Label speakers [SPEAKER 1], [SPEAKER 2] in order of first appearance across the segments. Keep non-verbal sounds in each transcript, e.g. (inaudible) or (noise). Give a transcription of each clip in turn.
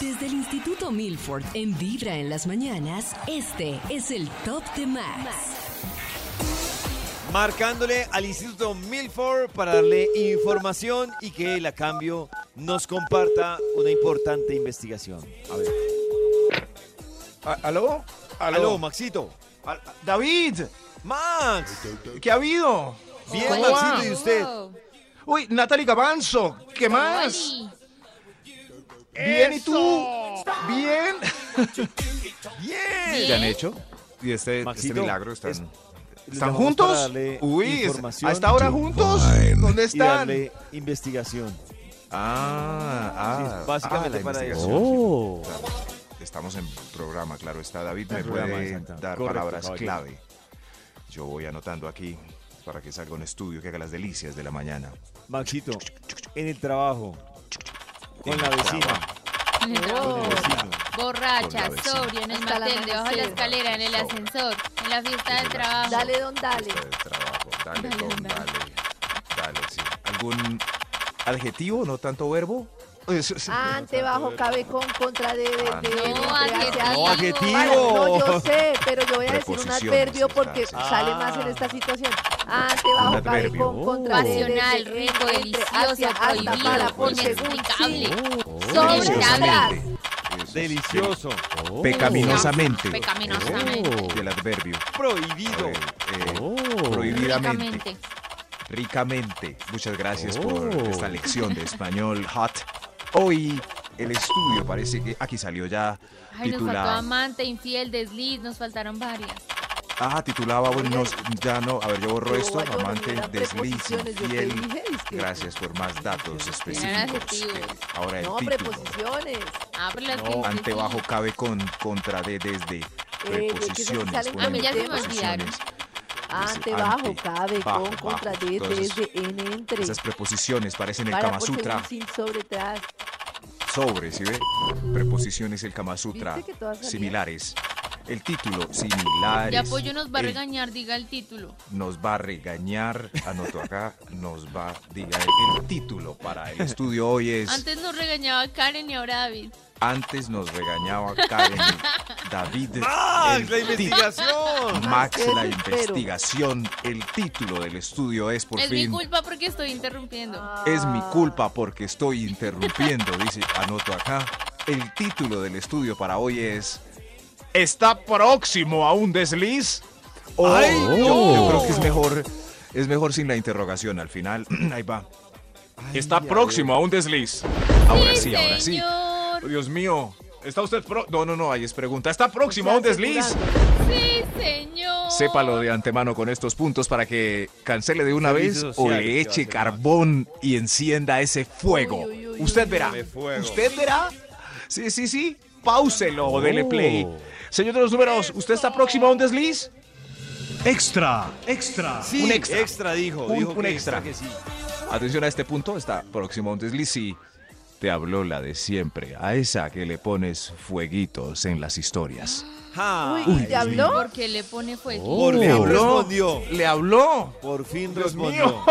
[SPEAKER 1] Desde el Instituto Milford, en Vibra en las mañanas, este es el Top de Max.
[SPEAKER 2] Marcándole al Instituto Milford para darle información y que él a cambio nos comparta una importante investigación. A ver.
[SPEAKER 3] A- ¿Aló? ¿Aló?
[SPEAKER 2] Aló, Maxito.
[SPEAKER 3] Al- David,
[SPEAKER 2] Max.
[SPEAKER 3] ¿qué ha habido?
[SPEAKER 2] Bien,
[SPEAKER 3] ¿Cómo
[SPEAKER 2] Maxito,
[SPEAKER 3] va?
[SPEAKER 2] ¿y usted?
[SPEAKER 3] Uy, Natalie Gavanzo, ¿qué más? Bien, ¿y tú? Bien.
[SPEAKER 2] Bien.
[SPEAKER 3] ¿Qué han hecho? Y este, este
[SPEAKER 2] Maxito,
[SPEAKER 3] milagro están.
[SPEAKER 2] es- Los
[SPEAKER 3] ¿Están
[SPEAKER 2] llamamos para
[SPEAKER 3] juntos?
[SPEAKER 2] darle
[SPEAKER 3] Uy, es-
[SPEAKER 2] información
[SPEAKER 3] ¿a esta hora juntos? ¿Dónde
[SPEAKER 2] Y
[SPEAKER 3] están?
[SPEAKER 2] darle investigación.
[SPEAKER 3] Ah, ah,
[SPEAKER 2] Sí, básicamente
[SPEAKER 3] ah, la
[SPEAKER 2] para eso.
[SPEAKER 3] investigación, sí, claro. Estamos en programa, claro está. David me
[SPEAKER 2] En programa,
[SPEAKER 3] puede
[SPEAKER 2] exacto.
[SPEAKER 3] dar
[SPEAKER 2] Correcto,
[SPEAKER 3] palabras
[SPEAKER 2] caballero.
[SPEAKER 3] clave. Yo voy anotando aquí para que salga un estudio que haga las delicias de la mañana.
[SPEAKER 2] Maxito, en el trabajo, con la vecina, con el vecino.
[SPEAKER 4] Borracha,
[SPEAKER 3] Con la vecina.
[SPEAKER 4] sobria, en el
[SPEAKER 5] Hasta el
[SPEAKER 4] mantel, debajo de la
[SPEAKER 5] amanecer.
[SPEAKER 4] escalera, en el
[SPEAKER 3] Sobria.
[SPEAKER 4] ascensor, en la fiesta del
[SPEAKER 3] Con la
[SPEAKER 4] trabajo.
[SPEAKER 5] Dale, don, dale.
[SPEAKER 3] Fiesta de trabajo. Dale,
[SPEAKER 4] Dale,
[SPEAKER 3] don,
[SPEAKER 4] don,
[SPEAKER 3] dale.
[SPEAKER 4] dale.
[SPEAKER 3] Dale, sí. ¿Algún adjetivo, no tanto verbo? Eso sí.
[SPEAKER 5] Ante, bajo, cabe con, contra, de, de, de.
[SPEAKER 3] No,
[SPEAKER 5] entre,
[SPEAKER 4] adjetivo.
[SPEAKER 5] hacia,
[SPEAKER 2] No,
[SPEAKER 5] arriba.
[SPEAKER 2] adjetivo.
[SPEAKER 5] Vale, no, yo sé, pero yo voy a decir un
[SPEAKER 3] Preposiciones,
[SPEAKER 5] adverbio porque
[SPEAKER 3] está,
[SPEAKER 2] sí.
[SPEAKER 5] sale
[SPEAKER 2] Ah.
[SPEAKER 5] más en esta situación. Ante, bajo, cabe
[SPEAKER 3] adverbio.
[SPEAKER 5] con, contra, de, de, de,
[SPEAKER 4] Pasional,
[SPEAKER 5] entre,
[SPEAKER 4] rico,
[SPEAKER 5] entre,
[SPEAKER 4] delicioso,
[SPEAKER 5] hacia, hasta,
[SPEAKER 4] prohibido,
[SPEAKER 5] para, por, según, sí.
[SPEAKER 4] inexplicable,
[SPEAKER 3] Oh,
[SPEAKER 5] Sobre, tras.
[SPEAKER 4] inevitable,
[SPEAKER 3] Deliciosamente. Eso sí.
[SPEAKER 2] Delicioso,
[SPEAKER 3] Oh. Pecaminosamente.
[SPEAKER 4] Pecaminosamente.
[SPEAKER 3] Del adverbio.
[SPEAKER 2] prohibido.
[SPEAKER 3] Eh, eh,
[SPEAKER 2] Oh.
[SPEAKER 3] Prohibidamente.
[SPEAKER 4] únicamente.
[SPEAKER 3] ricamente. Muchas gracias por esta lección de español hot. Hoy el estudio parece que aquí salió ya
[SPEAKER 4] Ay, nos faltó
[SPEAKER 3] titulada.
[SPEAKER 4] amante, infiel, desliz, nos faltaron varias.
[SPEAKER 3] Ah, titulaba, bueno, no, ya no, a ver, yo borro
[SPEAKER 5] Pero
[SPEAKER 3] esto,
[SPEAKER 5] vaya,
[SPEAKER 3] amante,
[SPEAKER 5] eran
[SPEAKER 3] desliz,
[SPEAKER 5] preposiciones, yo te
[SPEAKER 3] fiel.
[SPEAKER 5] dije, es que- pues,
[SPEAKER 3] Gracias por más datos específicos.
[SPEAKER 4] adjetivos.
[SPEAKER 3] Ahora el
[SPEAKER 5] No,
[SPEAKER 3] título.
[SPEAKER 5] preposiciones.
[SPEAKER 4] Ah, pero las
[SPEAKER 3] No,
[SPEAKER 4] que-
[SPEAKER 3] ante bajo cabe con contra de desde
[SPEAKER 5] Eh,
[SPEAKER 3] preposiciones.
[SPEAKER 5] salen
[SPEAKER 3] ponen
[SPEAKER 4] A mí ya se me
[SPEAKER 3] preposiciones.
[SPEAKER 5] Ante,
[SPEAKER 3] Dice,
[SPEAKER 5] bajo,
[SPEAKER 3] ante,
[SPEAKER 5] cabe
[SPEAKER 3] bajo,
[SPEAKER 5] con, contra,
[SPEAKER 3] bajo.
[SPEAKER 5] de,
[SPEAKER 3] Entonces,
[SPEAKER 5] desde, en, entre.
[SPEAKER 3] Esas preposiciones parecen el
[SPEAKER 5] Para,
[SPEAKER 3] Kama
[SPEAKER 5] por,
[SPEAKER 3] Sutra.
[SPEAKER 5] según, sin, sobre, tras.
[SPEAKER 3] sobre, ¿sí ve? Preposiciones el Kama Sutra,
[SPEAKER 5] ¿Viste que todas salían?
[SPEAKER 3] similares. El título, similares.
[SPEAKER 4] Ya Pollo nos va a
[SPEAKER 3] El-
[SPEAKER 4] regañar, diga el título.
[SPEAKER 3] Nos va a regañar, anoto acá, nos va, diga el, el título para el estudio hoy es
[SPEAKER 4] Antes nos regañaba Karen y ahora David.
[SPEAKER 3] Antes nos regañaba
[SPEAKER 4] (laughs)
[SPEAKER 3] Karen, David,
[SPEAKER 2] Max,
[SPEAKER 4] Ah,
[SPEAKER 3] el
[SPEAKER 2] Ah, la
[SPEAKER 3] ti-
[SPEAKER 2] investigación.
[SPEAKER 3] Max,
[SPEAKER 5] Qué
[SPEAKER 3] la
[SPEAKER 5] desespero.
[SPEAKER 3] investigación, el título del estudio es por
[SPEAKER 4] es
[SPEAKER 3] fin...
[SPEAKER 4] mi culpa porque estoy interrumpiendo.
[SPEAKER 5] Ah.
[SPEAKER 3] Es mi culpa porque estoy interrumpiendo, dice, anoto acá. El título del estudio para hoy es ¿Está próximo a un desliz? O-
[SPEAKER 2] ¡Ay,
[SPEAKER 3] yo-
[SPEAKER 2] no!
[SPEAKER 3] Yo creo que es mejor, es mejor sin la interrogación al final. (clears throat) Ahí va. ¿Está próximo a un desliz? Ahora sí, ahora sí.
[SPEAKER 4] señor.
[SPEAKER 3] Dios mío. ¿Está usted pro- No, no, no, ahí es pregunta. ¿Está próximo a un desliz?
[SPEAKER 4] Sí, señor.
[SPEAKER 3] Sépalo de antemano con estos puntos para que cancele de una vez
[SPEAKER 2] Servicios
[SPEAKER 3] o
[SPEAKER 2] sociales que
[SPEAKER 3] le
[SPEAKER 2] va a
[SPEAKER 3] eche
[SPEAKER 2] hacer
[SPEAKER 3] carbón y encienda ese fuego.
[SPEAKER 5] Uy, uy, uy,
[SPEAKER 3] Usted
[SPEAKER 5] uy,
[SPEAKER 3] verá.
[SPEAKER 2] uy. Fuego. Oh.
[SPEAKER 3] Usted verá. Sí, sí, sí. Páuselo o dele play. Señor de los números, ¿usted está próximo a un desliz?
[SPEAKER 6] Extra, extra.
[SPEAKER 2] Sí,
[SPEAKER 3] Un
[SPEAKER 2] un
[SPEAKER 3] extra.
[SPEAKER 2] extra. dijo.
[SPEAKER 3] Un-
[SPEAKER 2] dijo
[SPEAKER 3] un
[SPEAKER 2] que
[SPEAKER 3] extra.
[SPEAKER 2] que sí.
[SPEAKER 3] Atención a este punto, está próximo a un desliz. Sí, te habló la de siempre, a esa que le pones fueguitos en las historias.
[SPEAKER 2] Ja.
[SPEAKER 5] Uy, ¿y te habló?
[SPEAKER 4] Porque le pone fuego.
[SPEAKER 2] Por fin
[SPEAKER 3] Oh.
[SPEAKER 2] respondió.
[SPEAKER 3] Le habló.
[SPEAKER 2] Por fin
[SPEAKER 3] Dios
[SPEAKER 2] respondió.
[SPEAKER 3] mío.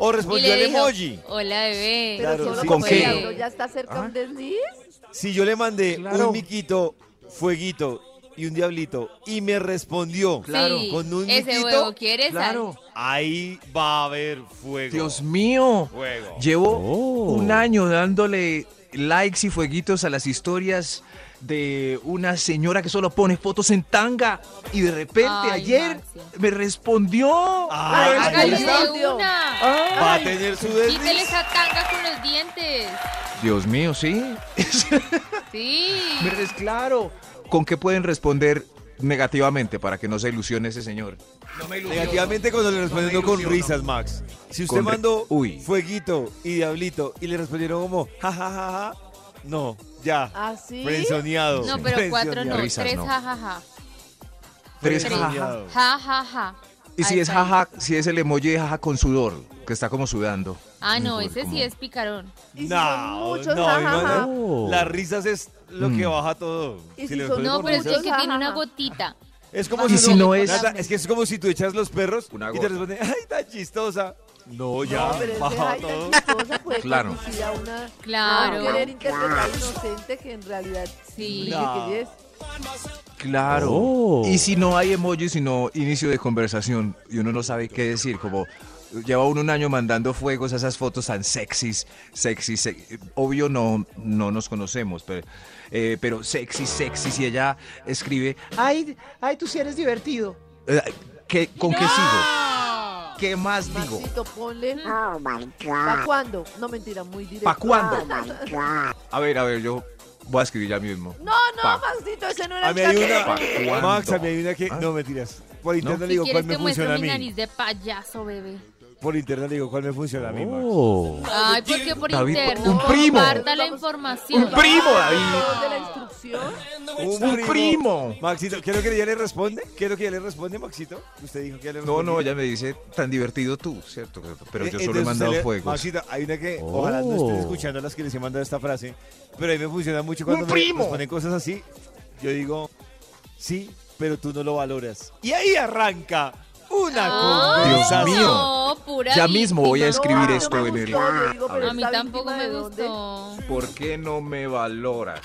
[SPEAKER 2] O
[SPEAKER 4] Y
[SPEAKER 2] respondió
[SPEAKER 4] le
[SPEAKER 2] el
[SPEAKER 4] dijo,
[SPEAKER 2] emoji.
[SPEAKER 4] Hola, bebé.
[SPEAKER 5] Pero
[SPEAKER 2] Claro,
[SPEAKER 5] solo
[SPEAKER 2] sí.
[SPEAKER 3] ¿Con
[SPEAKER 5] porque
[SPEAKER 3] qué?
[SPEAKER 5] le habló, ¿Ya está cerca
[SPEAKER 3] Ah.
[SPEAKER 5] un desliz?
[SPEAKER 2] Si yo le mandé
[SPEAKER 3] Claro.
[SPEAKER 2] un miquito, fueguito y un diablito y me respondió
[SPEAKER 4] Sí,
[SPEAKER 2] con un
[SPEAKER 4] ese
[SPEAKER 2] miquito,
[SPEAKER 4] huevo quieres
[SPEAKER 3] Claro.
[SPEAKER 2] ahí va a haber fuego.
[SPEAKER 3] Dios mío.
[SPEAKER 2] Fuego.
[SPEAKER 3] Llevo un año dándole likes y fueguitos a las historias de una señora que solo pone fotos en tanga y de repente
[SPEAKER 4] Ay,
[SPEAKER 3] ayer
[SPEAKER 4] Marcia.
[SPEAKER 3] me respondió.
[SPEAKER 2] Ay,
[SPEAKER 3] Me
[SPEAKER 2] ahí
[SPEAKER 4] Hágale
[SPEAKER 3] respondió.
[SPEAKER 4] de una.
[SPEAKER 2] Va a tener su
[SPEAKER 4] Quítele
[SPEAKER 2] desliz.
[SPEAKER 4] esa tanga con los dientes.
[SPEAKER 3] Dios mío, sí.
[SPEAKER 4] Sí.
[SPEAKER 3] Me res- claro. ¿Con qué pueden responder negativamente para que no se ilusione ese señor?
[SPEAKER 2] Negativamente cuando le respondieron con risas, Max. Si usted
[SPEAKER 3] Con ri-
[SPEAKER 2] mandó
[SPEAKER 3] Uy.
[SPEAKER 2] fueguito y diablito y le respondieron como jajajaja, no, ya.
[SPEAKER 5] ¿Así? ¿Ah,
[SPEAKER 2] Frenzoneado.
[SPEAKER 4] ¿Ah, No, pero cuatro
[SPEAKER 2] Frenzoneado.
[SPEAKER 4] no, tres
[SPEAKER 3] Risas no.
[SPEAKER 4] jajaja.
[SPEAKER 3] Tres
[SPEAKER 4] Tres.
[SPEAKER 3] jaja.
[SPEAKER 4] Ja, ja, ja.
[SPEAKER 3] Y si
[SPEAKER 4] Ahí
[SPEAKER 3] es
[SPEAKER 4] está.
[SPEAKER 3] jaja, si es el emoji de jaja con sudor, que está como sudando.
[SPEAKER 4] Ah, no,
[SPEAKER 3] Como-
[SPEAKER 4] ese sí
[SPEAKER 3] como-
[SPEAKER 4] es picarón.
[SPEAKER 5] Y si son
[SPEAKER 2] No,
[SPEAKER 5] muchos,
[SPEAKER 2] no,
[SPEAKER 5] jajaja.
[SPEAKER 2] no, no. Las risas es lo que
[SPEAKER 3] Mm.
[SPEAKER 2] baja todo.
[SPEAKER 5] Y si
[SPEAKER 2] le
[SPEAKER 5] son-
[SPEAKER 2] pones
[SPEAKER 4] No, pero es Ah. que
[SPEAKER 2] risas-
[SPEAKER 4] el que tiene una
[SPEAKER 5] Ajá.
[SPEAKER 4] gotita.
[SPEAKER 2] Es como
[SPEAKER 3] ¿Y si
[SPEAKER 2] uno-
[SPEAKER 3] no es?
[SPEAKER 2] Nata, que es como si tú echas los perros
[SPEAKER 3] Una
[SPEAKER 2] y te
[SPEAKER 3] gota.
[SPEAKER 2] responden, ay, tan chistosa. No, ya,
[SPEAKER 5] No, pero es
[SPEAKER 2] baja
[SPEAKER 5] pues, que
[SPEAKER 2] todo.
[SPEAKER 5] cosa puede
[SPEAKER 3] Claro.
[SPEAKER 5] conducir a una
[SPEAKER 4] Claro.
[SPEAKER 5] a un querer interpretar inocente que en realidad sí
[SPEAKER 4] Sí.
[SPEAKER 5] implique
[SPEAKER 2] No.
[SPEAKER 5] que es.
[SPEAKER 3] Claro.
[SPEAKER 2] Oh.
[SPEAKER 3] Y si no hay emoji, sino inicio de conversación, y uno no sabe qué decir, como lleva uno un año mandando fuegos a esas fotos tan sexys, sexy, sexy. Obvio no, no nos conocemos, pero, eh, pero sexy, sexy, si ella escribe, ay, ay, tú sí eres divertido. Eh, ¿qué- ¿Con qué sigo? ¿Qué más digo? Oh,
[SPEAKER 5] Maxito, ponle.
[SPEAKER 4] Mm.
[SPEAKER 5] ¿Para cuándo? No, mentira, muy directo.
[SPEAKER 3] ¿Pa' cuándo? Oh, A ver, a ver, yo voy a escribir ya mismo.
[SPEAKER 5] No, no,
[SPEAKER 3] Pa-
[SPEAKER 5] Maxito, ese no era
[SPEAKER 2] A
[SPEAKER 5] el
[SPEAKER 2] mí hay
[SPEAKER 5] chaqueto.
[SPEAKER 2] una.
[SPEAKER 3] ¿Cuándo?
[SPEAKER 2] Max, a mí hay una que.
[SPEAKER 3] ¿Ah?
[SPEAKER 2] No, mentiras. Por internet le
[SPEAKER 4] Si
[SPEAKER 2] digo cuál
[SPEAKER 4] quieres te
[SPEAKER 2] me
[SPEAKER 4] muestro
[SPEAKER 2] funciona a
[SPEAKER 4] mi
[SPEAKER 2] mí.
[SPEAKER 4] nariz de payaso, bebé.
[SPEAKER 2] Por internet le digo cuál me funciona a mí, Max.
[SPEAKER 3] Oh,
[SPEAKER 4] Ay, ¿por qué por
[SPEAKER 3] David,
[SPEAKER 4] interno?
[SPEAKER 3] un primo.
[SPEAKER 4] Comparta la información.
[SPEAKER 3] Un primo, David.
[SPEAKER 5] Todos de la instrucción?
[SPEAKER 2] Un,
[SPEAKER 3] primo.
[SPEAKER 2] Maxito, ¿qué es lo que ya le responde? ¿Qué es lo que ya le responde, Maxito? Usted dijo que ya le
[SPEAKER 3] No,
[SPEAKER 2] responde.
[SPEAKER 3] no, ella me dice tan divertido tú, ¿cierto? Pero yo
[SPEAKER 2] Eh,
[SPEAKER 3] solo he
[SPEAKER 2] entonces
[SPEAKER 3] mandado
[SPEAKER 2] usted le-
[SPEAKER 3] fuegos.
[SPEAKER 2] Maxito, hay una que ojalá no estén escuchando las que les he mandado esta frase, pero a mí me funciona mucho cuando
[SPEAKER 3] ¡Un
[SPEAKER 2] me
[SPEAKER 3] primo!
[SPEAKER 2] responden cosas así. Yo digo, sí, pero tú no lo valoras. Y ahí arranca una
[SPEAKER 4] Ah,
[SPEAKER 2] conversación.
[SPEAKER 3] Dios mío.
[SPEAKER 4] No, pura
[SPEAKER 3] Ya mismo voy a
[SPEAKER 4] víctima.
[SPEAKER 3] escribir
[SPEAKER 5] No,
[SPEAKER 3] esto
[SPEAKER 5] no me
[SPEAKER 3] en el-
[SPEAKER 5] gustó, le digo,
[SPEAKER 3] A
[SPEAKER 5] pero
[SPEAKER 3] ver.
[SPEAKER 4] A mí
[SPEAKER 5] ¿esta
[SPEAKER 4] tampoco
[SPEAKER 5] víctima
[SPEAKER 4] me
[SPEAKER 5] de dónde?
[SPEAKER 4] gustó.
[SPEAKER 3] ¿Por qué no me valoras?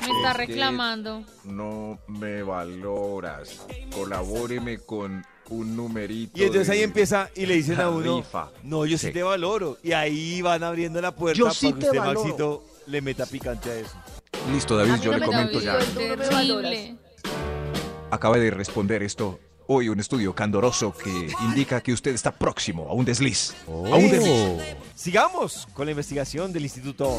[SPEAKER 4] Me está
[SPEAKER 3] Es que-
[SPEAKER 4] reclamando.
[SPEAKER 3] No me valoras. Colabóreme con un numerito.
[SPEAKER 2] Y entonces
[SPEAKER 3] de-
[SPEAKER 2] ahí empieza y le dicen a uno,
[SPEAKER 3] Rifa.
[SPEAKER 2] no, yo sí,
[SPEAKER 3] Sí.
[SPEAKER 2] te valoro. Y ahí van abriendo la puerta
[SPEAKER 3] Yo
[SPEAKER 2] para
[SPEAKER 3] sí
[SPEAKER 2] que
[SPEAKER 3] te
[SPEAKER 2] usted,
[SPEAKER 3] valoro.
[SPEAKER 2] Maxito, le meta picante a eso.
[SPEAKER 3] Listo,
[SPEAKER 5] A
[SPEAKER 3] David,
[SPEAKER 5] mí
[SPEAKER 3] yo
[SPEAKER 5] no
[SPEAKER 3] le
[SPEAKER 5] me
[SPEAKER 3] comento
[SPEAKER 5] da
[SPEAKER 3] ya.
[SPEAKER 5] miedo. Tú no me
[SPEAKER 4] Terrible.
[SPEAKER 3] Acaba de responder esto. Hoy un estudio candoroso que indica que usted está próximo a un desliz. A
[SPEAKER 2] Oh.
[SPEAKER 3] un desliz.
[SPEAKER 2] Sigamos con la investigación del Instituto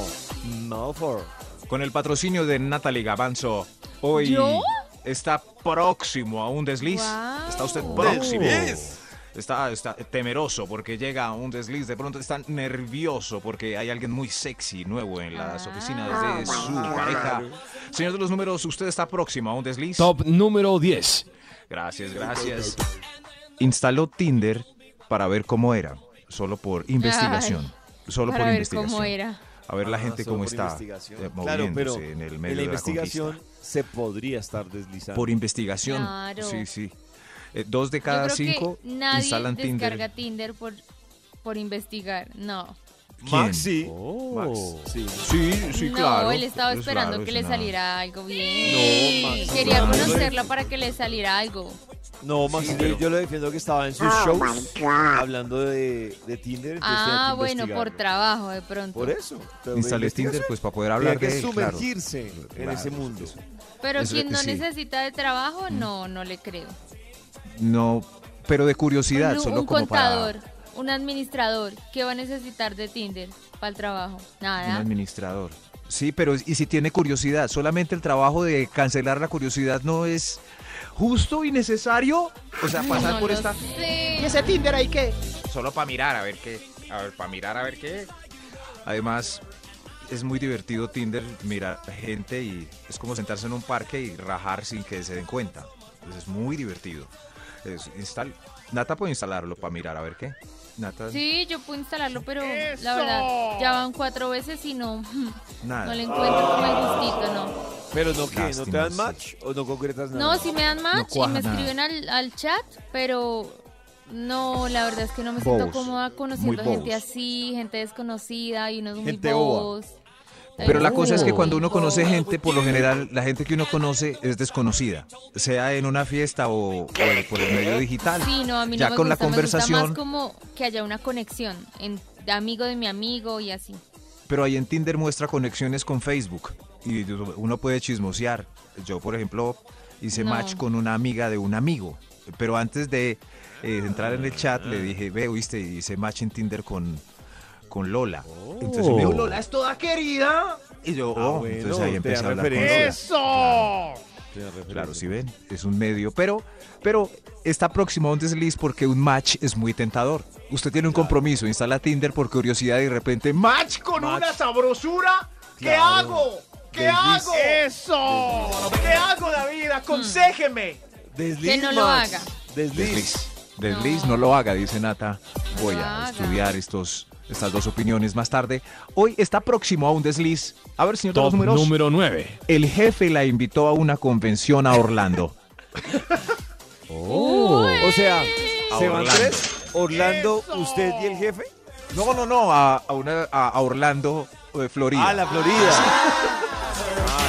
[SPEAKER 2] Malfour.
[SPEAKER 3] Con el patrocinio de Natalie Gavanzo, hoy
[SPEAKER 4] ¿Yo?
[SPEAKER 3] está próximo a un desliz.
[SPEAKER 4] Guau.
[SPEAKER 3] Está usted próximo.
[SPEAKER 2] ¡Desliz!
[SPEAKER 3] Está, está temeroso porque llega a un desliz. De pronto está nervioso porque hay alguien muy sexy nuevo en las
[SPEAKER 4] Ah.
[SPEAKER 3] oficinas de su pareja. Señor de los números, usted está próximo a un desliz.
[SPEAKER 7] Top número 10.
[SPEAKER 3] Gracias, gracias. Instaló Tinder para ver cómo era, solo por investigación. solo
[SPEAKER 4] Para
[SPEAKER 3] por
[SPEAKER 4] ver
[SPEAKER 3] investigación.
[SPEAKER 4] cómo era.
[SPEAKER 3] A ver la gente
[SPEAKER 2] Ah,
[SPEAKER 3] cómo
[SPEAKER 2] solo por
[SPEAKER 3] está
[SPEAKER 2] investigación.
[SPEAKER 3] eh,
[SPEAKER 2] Claro,
[SPEAKER 3] moviéndose
[SPEAKER 2] pero
[SPEAKER 3] en el medio
[SPEAKER 2] la
[SPEAKER 3] de
[SPEAKER 2] investigación
[SPEAKER 3] conquista.
[SPEAKER 2] se podría estar deslizando.
[SPEAKER 3] Por investigación.
[SPEAKER 4] Claro.
[SPEAKER 3] Sí, sí. Eh, dos de
[SPEAKER 4] Yo
[SPEAKER 3] cada
[SPEAKER 4] creo
[SPEAKER 3] cinco
[SPEAKER 4] que nadie
[SPEAKER 3] instalan
[SPEAKER 4] descarga
[SPEAKER 3] Tinder.
[SPEAKER 4] Tinder por, por investigar. No.
[SPEAKER 2] Maxi.
[SPEAKER 3] Max.
[SPEAKER 2] Sí.
[SPEAKER 3] Sí, sí,
[SPEAKER 4] no,
[SPEAKER 3] claro.
[SPEAKER 4] él estaba
[SPEAKER 3] Es
[SPEAKER 4] esperando
[SPEAKER 3] raro,
[SPEAKER 4] que
[SPEAKER 3] es
[SPEAKER 4] le
[SPEAKER 3] una-
[SPEAKER 4] saliera algo bien.
[SPEAKER 2] No, Max,
[SPEAKER 4] Quería
[SPEAKER 2] no.
[SPEAKER 4] conocerla para que le saliera algo.
[SPEAKER 2] No, Maxi, yo- yo lo defiendo que estaba en sus
[SPEAKER 4] Oh
[SPEAKER 2] shows hablando de, de Tinder. entonces tenía
[SPEAKER 4] Ah,
[SPEAKER 2] que
[SPEAKER 4] bueno, por
[SPEAKER 2] investigarlo.
[SPEAKER 4] trabajo de pronto.
[SPEAKER 3] e-
[SPEAKER 2] Por eso. Pero
[SPEAKER 3] Instalé
[SPEAKER 2] investigación.
[SPEAKER 3] Tinder pues para poder
[SPEAKER 2] Tenía
[SPEAKER 3] hablar de
[SPEAKER 2] que
[SPEAKER 3] él, claro.
[SPEAKER 2] sumergirse en
[SPEAKER 3] Claro, pues,
[SPEAKER 2] ese mundo.
[SPEAKER 3] eso.
[SPEAKER 4] Pero
[SPEAKER 3] Eso
[SPEAKER 4] quien
[SPEAKER 3] es-
[SPEAKER 4] no
[SPEAKER 3] sí. Mm.
[SPEAKER 4] necesita de trabajo, no, no le creo.
[SPEAKER 3] No, pero de curiosidad,
[SPEAKER 4] un,
[SPEAKER 3] solo
[SPEAKER 4] un
[SPEAKER 3] como
[SPEAKER 4] contador,
[SPEAKER 3] para
[SPEAKER 4] un administrador, ¿qué va a necesitar de Tinder para el trabajo?
[SPEAKER 3] un
[SPEAKER 4] Nada.
[SPEAKER 3] administrador. Sí, pero y si tiene curiosidad, solamente el trabajo de cancelar la curiosidad no es justo y necesario. O
[SPEAKER 4] (laughs)
[SPEAKER 3] sea, pasar
[SPEAKER 4] No
[SPEAKER 3] por
[SPEAKER 4] lo
[SPEAKER 3] esta
[SPEAKER 4] sé.
[SPEAKER 3] solo para mirar a ver qué, a ver, para mirar a ver qué. Además, es muy divertido Tinder mirar gente y es como sentarse en un parque y rajar sin que se den cuenta. Entonces es muy divertido. Es, instal- Nata puede instalarlo para mirar a ver qué. Nata,
[SPEAKER 4] Sí, yo puedo instalarlo, pero la verdad, ya van cuatro veces y no, (laughs)
[SPEAKER 3] nada.
[SPEAKER 4] no le encuentro como el gustito, no.
[SPEAKER 2] Pero no, ¿qué? ¿No te
[SPEAKER 3] Lástima,
[SPEAKER 2] dan
[SPEAKER 3] sí.
[SPEAKER 2] match o no concretas nada?
[SPEAKER 4] No, si me dan
[SPEAKER 3] No
[SPEAKER 4] match y
[SPEAKER 3] cuaja
[SPEAKER 4] me
[SPEAKER 3] nada.
[SPEAKER 4] escriben al, al chat, pero no, la verdad es que no me siento
[SPEAKER 3] Bobos.
[SPEAKER 4] cómoda conociendo
[SPEAKER 3] Muy
[SPEAKER 4] gente
[SPEAKER 3] bobos.
[SPEAKER 4] así, gente desconocida y unos
[SPEAKER 2] Gente
[SPEAKER 4] muy
[SPEAKER 2] boba.
[SPEAKER 4] bobos.
[SPEAKER 3] Pero la cosa es que
[SPEAKER 4] Oh.
[SPEAKER 3] cuando uno conoce
[SPEAKER 4] Bobos.
[SPEAKER 3] gente, por lo general, la gente que uno conoce es desconocida, sea en una fiesta o, o por el medio digital.
[SPEAKER 4] Sí, no, a mí no
[SPEAKER 3] ya
[SPEAKER 4] me
[SPEAKER 3] con la
[SPEAKER 4] gusta, me
[SPEAKER 3] conversación,
[SPEAKER 4] gusta más como que haya una conexión en, de amigo de mi amigo y así.
[SPEAKER 3] pero ahí en Tinder muestra conexiones con Facebook y uno puede chismosear. Yo, por ejemplo, hice
[SPEAKER 4] No.
[SPEAKER 3] match con una amiga de un amigo, pero antes de eh, entrar en el chat le dije, ve, oíste, hice match en Tinder con, con Lola. Entonces me dijo,
[SPEAKER 2] Oh.
[SPEAKER 3] Lola es toda querida. Y yo,
[SPEAKER 2] Ah,
[SPEAKER 3] oh,
[SPEAKER 2] bueno,
[SPEAKER 3] entonces ahí
[SPEAKER 2] te
[SPEAKER 3] empecé
[SPEAKER 2] da
[SPEAKER 3] a hablar con
[SPEAKER 2] referencia.
[SPEAKER 3] Lola. Claro,
[SPEAKER 2] Claro,
[SPEAKER 3] si ven, es un medio, pero, pero está próximo a un desliz porque un match es muy tentador. Usted tiene un compromiso, instala Tinder por curiosidad y de repente match con una sabrosura. ¿Qué
[SPEAKER 2] Claro.
[SPEAKER 3] hago? ¿Qué
[SPEAKER 2] Desliz.
[SPEAKER 3] hago? Eso. ¿Qué hago, David? Aconsejeme.
[SPEAKER 2] Desliz,
[SPEAKER 4] Que no lo
[SPEAKER 2] Max.
[SPEAKER 4] haga.
[SPEAKER 2] Desliz.
[SPEAKER 3] Desliz. Desliz, no. lo haga, dice Nata. Voy
[SPEAKER 4] lo
[SPEAKER 3] a
[SPEAKER 4] haga.
[SPEAKER 3] estudiar estos, estas dos opiniones más tarde. Hoy está próximo a un desliz. A ver, señor de los números.
[SPEAKER 7] 9.
[SPEAKER 3] El jefe la invitó a una convención a
[SPEAKER 2] (laughs)
[SPEAKER 3] Orlando.
[SPEAKER 2] O sea,
[SPEAKER 3] A
[SPEAKER 2] se van
[SPEAKER 3] Orlando.
[SPEAKER 2] tres. Orlando, usted y el jefe.
[SPEAKER 3] No, no, no, a, a una, a, a Orlando, eh, Florida.
[SPEAKER 2] Ah, la Florida. Ah,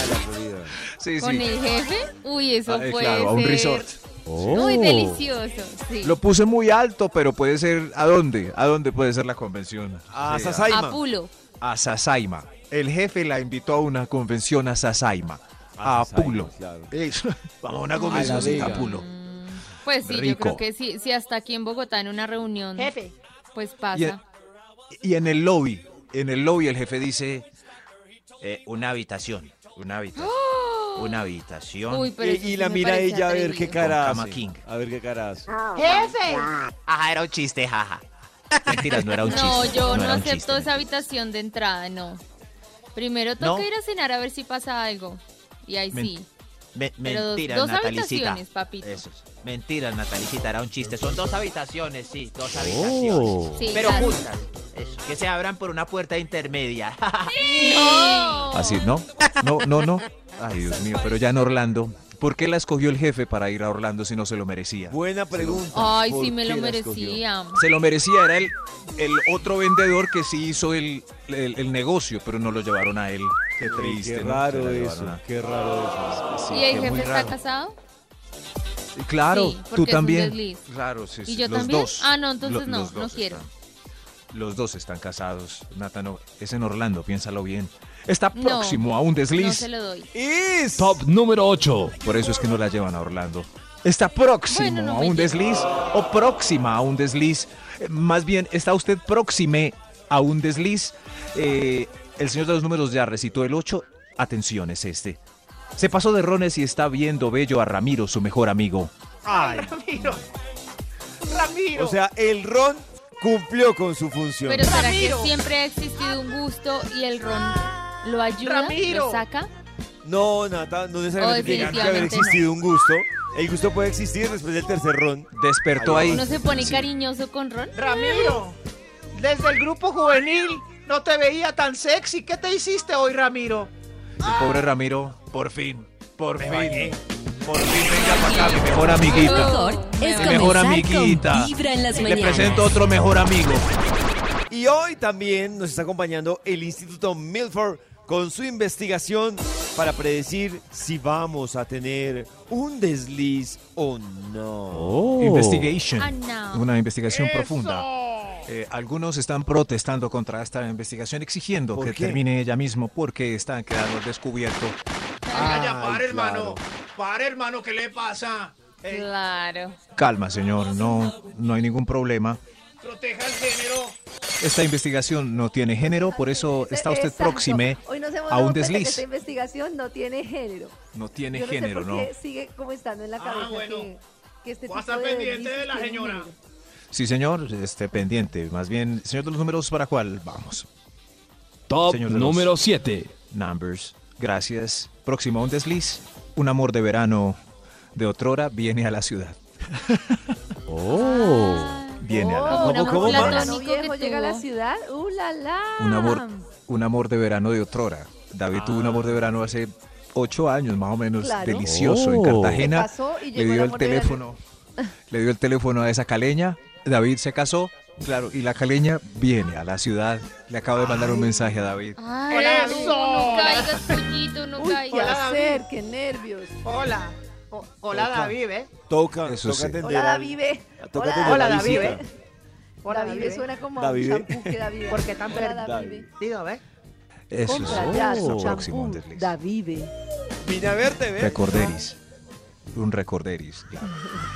[SPEAKER 2] la Florida.
[SPEAKER 3] Sí,
[SPEAKER 4] Con
[SPEAKER 3] sí.
[SPEAKER 4] el jefe. Uy, eso
[SPEAKER 3] Ah, eh,
[SPEAKER 4] fue.
[SPEAKER 3] claro, a un resort. Oh.
[SPEAKER 4] Muy delicioso. Sí.
[SPEAKER 3] Lo puse muy alto, pero puede ser. ¿A dónde? ¿A dónde puede ser la convención?
[SPEAKER 2] A
[SPEAKER 3] Sí,
[SPEAKER 2] Sasaima.
[SPEAKER 4] a Pulo.
[SPEAKER 3] a Sasaima. El jefe la invitó a una convención a Sasaima, a,
[SPEAKER 2] Ah, Sasaima,
[SPEAKER 3] Pulo.
[SPEAKER 2] claro.
[SPEAKER 3] Eso, Vamos a una convención a Pulo.
[SPEAKER 4] Pues sí, yo
[SPEAKER 3] Rico.
[SPEAKER 4] creo que sí, si hasta aquí en Bogotá en una reunión,
[SPEAKER 5] Jefe.
[SPEAKER 4] pues
[SPEAKER 3] Y en,
[SPEAKER 4] pasa.
[SPEAKER 3] y en el lobby, en el lobby el jefe dice eh, una habitación, una habitación, una habitación.
[SPEAKER 4] ¡Oh! Uy, pero
[SPEAKER 2] Y,
[SPEAKER 4] eso
[SPEAKER 2] y
[SPEAKER 4] sí
[SPEAKER 2] la
[SPEAKER 4] me
[SPEAKER 2] mira
[SPEAKER 4] parece
[SPEAKER 2] ella a ver qué
[SPEAKER 4] atrevido.
[SPEAKER 2] cara
[SPEAKER 3] Con Kama
[SPEAKER 2] hace.
[SPEAKER 3] King. Ah.
[SPEAKER 2] A ver qué cara hace.
[SPEAKER 5] Jefe.
[SPEAKER 8] Ajá, era un chiste, jaja.
[SPEAKER 3] Mentiras, no era un
[SPEAKER 4] No,
[SPEAKER 3] chiste,
[SPEAKER 4] yo no,
[SPEAKER 3] era un
[SPEAKER 4] acepto
[SPEAKER 3] chiste.
[SPEAKER 4] esa habitación de entrada, no. Primero toca
[SPEAKER 8] ¿No?
[SPEAKER 4] ir a cenar a ver si pasa algo. Y ahí
[SPEAKER 3] Men-
[SPEAKER 4] sí.
[SPEAKER 8] Me-
[SPEAKER 4] Pero
[SPEAKER 8] mentira,
[SPEAKER 4] dos
[SPEAKER 8] Natalicita.
[SPEAKER 4] habitaciones, papito.
[SPEAKER 8] Eso es. Mentira, Natalicita, era un chiste. Son dos habitaciones, sí,
[SPEAKER 3] Oh.
[SPEAKER 8] dos habitaciones.
[SPEAKER 4] Sí,
[SPEAKER 8] Pero
[SPEAKER 4] claro.
[SPEAKER 8] juntas. Eso, Que se abran por una puerta intermedia.
[SPEAKER 4] No.
[SPEAKER 3] Así, ¿no? No, no, no. Ay, Dios mío, pero ya en Orlando. ¿Por qué la escogió el jefe para ir a Orlando si no se lo merecía?
[SPEAKER 2] Buena pregunta.
[SPEAKER 4] Ay,
[SPEAKER 2] ¿Por
[SPEAKER 4] sí me
[SPEAKER 2] qué
[SPEAKER 4] lo
[SPEAKER 2] la escogió?
[SPEAKER 4] merecía.
[SPEAKER 3] Se lo merecía, era el, el otro vendedor que sí hizo el, el- el negocio, pero no lo llevaron a él. Qué
[SPEAKER 2] Uy,
[SPEAKER 3] triste.
[SPEAKER 2] Qué
[SPEAKER 3] ¿no? Se
[SPEAKER 2] raro
[SPEAKER 3] la llevaron
[SPEAKER 2] eso.
[SPEAKER 3] a- Ah,
[SPEAKER 2] Qué raro eso.
[SPEAKER 3] Sí,
[SPEAKER 4] ¿Y el
[SPEAKER 3] qué
[SPEAKER 4] jefe
[SPEAKER 3] muy
[SPEAKER 4] está
[SPEAKER 3] raro.
[SPEAKER 4] casado?
[SPEAKER 3] Y Claro,
[SPEAKER 4] Sí, porque
[SPEAKER 3] tú
[SPEAKER 4] es un
[SPEAKER 3] también.
[SPEAKER 4] desliz.
[SPEAKER 3] Claro, sí,
[SPEAKER 4] ¿Y
[SPEAKER 3] sí,
[SPEAKER 4] yo
[SPEAKER 3] los
[SPEAKER 4] también?
[SPEAKER 3] dos.
[SPEAKER 4] Ah, no, entonces no,
[SPEAKER 3] los
[SPEAKER 4] no
[SPEAKER 3] dos
[SPEAKER 4] quiero.
[SPEAKER 3] están- los dos están casados, Nata, no, es en Orlando, piénsalo bien. Está
[SPEAKER 4] No,
[SPEAKER 3] próximo a un
[SPEAKER 4] No
[SPEAKER 3] desliz.
[SPEAKER 4] se lo doy.
[SPEAKER 2] Is.
[SPEAKER 7] Top número 8.
[SPEAKER 3] Por eso es que no la llevan a Orlando. Está próximo
[SPEAKER 4] Bueno, no
[SPEAKER 3] a
[SPEAKER 4] me
[SPEAKER 3] un
[SPEAKER 4] diga.
[SPEAKER 3] desliz o próxima a un desliz. Eh, Más bien, está usted próxime a un desliz. Eh, el señor de los números ya recitó el 8. Atención, es este. Se pasó de rones y está viendo bello a Ramiro, su mejor amigo.
[SPEAKER 5] Ramiro. Ramiro.
[SPEAKER 2] O sea, el ron cumplió con su función.
[SPEAKER 4] Pero ¿será que
[SPEAKER 5] Ramiro.
[SPEAKER 4] siempre ha existido un gusto y el ron lo ayuda,
[SPEAKER 5] Ramiro.
[SPEAKER 4] lo saca?
[SPEAKER 2] No, Nata, no necesariamente
[SPEAKER 4] Oh,
[SPEAKER 2] tiene que
[SPEAKER 4] definitivamente
[SPEAKER 2] haber existido un gusto. El gusto puede existir después del tercer ron.
[SPEAKER 3] Despertó ahí.
[SPEAKER 4] ¿Uno se pone
[SPEAKER 3] Sí.
[SPEAKER 4] cariñoso con ron?
[SPEAKER 9] Ramiro, desde el grupo juvenil no te veía tan sexy. ¿Qué te hiciste hoy, Ramiro?
[SPEAKER 3] El pobre Ramiro, por fin, por fin, por fin venga para acá, mi mejor
[SPEAKER 1] Lo
[SPEAKER 3] amiguita.
[SPEAKER 4] Oh,
[SPEAKER 1] mejor es
[SPEAKER 4] me
[SPEAKER 3] mejor
[SPEAKER 1] comenzar
[SPEAKER 3] amiguita.
[SPEAKER 1] con Vibra en las
[SPEAKER 3] Le
[SPEAKER 1] mañanas.
[SPEAKER 3] presento otro mejor amigo.
[SPEAKER 2] Y hoy también nos está acompañando el Instituto Milford con su investigación para predecir si vamos a tener un desliz o no.
[SPEAKER 3] Oh. Investigation.
[SPEAKER 4] Ah, no.
[SPEAKER 3] Una investigación profunda. Eh, algunos están protestando contra esta investigación, exigiendo
[SPEAKER 2] ¿Por
[SPEAKER 3] que
[SPEAKER 2] qué?
[SPEAKER 3] termine ella mismo porque están quedando al descubierto.
[SPEAKER 9] Venga, ya, para,
[SPEAKER 2] claro.
[SPEAKER 9] hermano. Para, hermano, ¿qué le pasa? Eh,
[SPEAKER 4] Claro.
[SPEAKER 3] Calma, señor, no, no hay ningún problema.
[SPEAKER 9] proteja el género.
[SPEAKER 3] Esta investigación no tiene género, por eso está usted
[SPEAKER 5] Exacto.
[SPEAKER 3] próxime
[SPEAKER 5] Hoy nos hemos
[SPEAKER 3] a un
[SPEAKER 5] dado cuenta que
[SPEAKER 3] desliz.
[SPEAKER 5] Esta investigación no tiene género.
[SPEAKER 3] No tiene
[SPEAKER 5] Yo no
[SPEAKER 3] género,
[SPEAKER 5] sé
[SPEAKER 3] ¿no?
[SPEAKER 5] por qué sigue como estando en la
[SPEAKER 9] Ah,
[SPEAKER 5] cabeza
[SPEAKER 9] bueno.
[SPEAKER 5] que, que este
[SPEAKER 9] Voy a
[SPEAKER 5] tipo
[SPEAKER 9] estar
[SPEAKER 5] de
[SPEAKER 9] pendiente
[SPEAKER 5] deslices
[SPEAKER 9] de la
[SPEAKER 5] tienen
[SPEAKER 9] señora.
[SPEAKER 5] género.
[SPEAKER 3] Sí, señor, esté pendiente. Más bien, señor de los números, ¿para cuál? Vamos.
[SPEAKER 7] Top
[SPEAKER 3] Señor de los-
[SPEAKER 7] número 7.
[SPEAKER 3] Numbers. Gracias. Próximo a un desliz. Un amor de verano de otrora viene a la ciudad. Viene a
[SPEAKER 5] Oh.
[SPEAKER 4] Como
[SPEAKER 3] la
[SPEAKER 4] un amor
[SPEAKER 2] cómo, Max?
[SPEAKER 5] Cuando
[SPEAKER 4] platónico que
[SPEAKER 5] viejo llega a la
[SPEAKER 4] tuvo.
[SPEAKER 5] ciudad, ¡uh, la, la!
[SPEAKER 3] Un
[SPEAKER 5] Ah.
[SPEAKER 3] amor, un amor de verano de otrora. David tuvo un amor de verano hace ocho años, más o menos.
[SPEAKER 5] Claro.
[SPEAKER 3] Delicioso. En
[SPEAKER 5] Se
[SPEAKER 3] Cartagena.
[SPEAKER 5] pasó
[SPEAKER 3] Le
[SPEAKER 5] y llegó
[SPEAKER 3] dio el
[SPEAKER 5] amor de verano.
[SPEAKER 3] teléfono. Le dio el teléfono a esa caleña. David se casó. Claro, y la caleña viene a la ciudad. Le acabo de mandar un mensaje a David.
[SPEAKER 4] Ay,
[SPEAKER 9] Hola,
[SPEAKER 4] no,
[SPEAKER 9] eso.
[SPEAKER 4] no caigas, pollito, no
[SPEAKER 5] Uy, qué
[SPEAKER 4] caigas.
[SPEAKER 5] hacer, qué nervios.
[SPEAKER 9] Hola. O- hola,
[SPEAKER 2] Toca.
[SPEAKER 9] David, ¿eh?
[SPEAKER 2] Toca,
[SPEAKER 3] Eso
[SPEAKER 2] toca
[SPEAKER 3] sí.
[SPEAKER 2] atender
[SPEAKER 5] Hola,
[SPEAKER 2] al-
[SPEAKER 5] David.
[SPEAKER 2] toca
[SPEAKER 5] Hola,
[SPEAKER 2] atender
[SPEAKER 9] hola,
[SPEAKER 2] la
[SPEAKER 9] David, ¿eh?
[SPEAKER 2] visita.
[SPEAKER 9] Hola,
[SPEAKER 5] David
[SPEAKER 9] David.
[SPEAKER 5] suena como
[SPEAKER 2] David.
[SPEAKER 5] a un champú que David.
[SPEAKER 9] ¿Por qué tan
[SPEAKER 5] Hola,
[SPEAKER 9] verde?
[SPEAKER 5] David.
[SPEAKER 9] Digo, ¿eh?
[SPEAKER 3] Eso es
[SPEAKER 5] Compra ya su
[SPEAKER 3] lo próximo a un
[SPEAKER 5] champú,
[SPEAKER 3] desliz.
[SPEAKER 5] David.
[SPEAKER 2] Vine a verte, ¿ves?
[SPEAKER 3] Recorderis. Un recorderis, claro.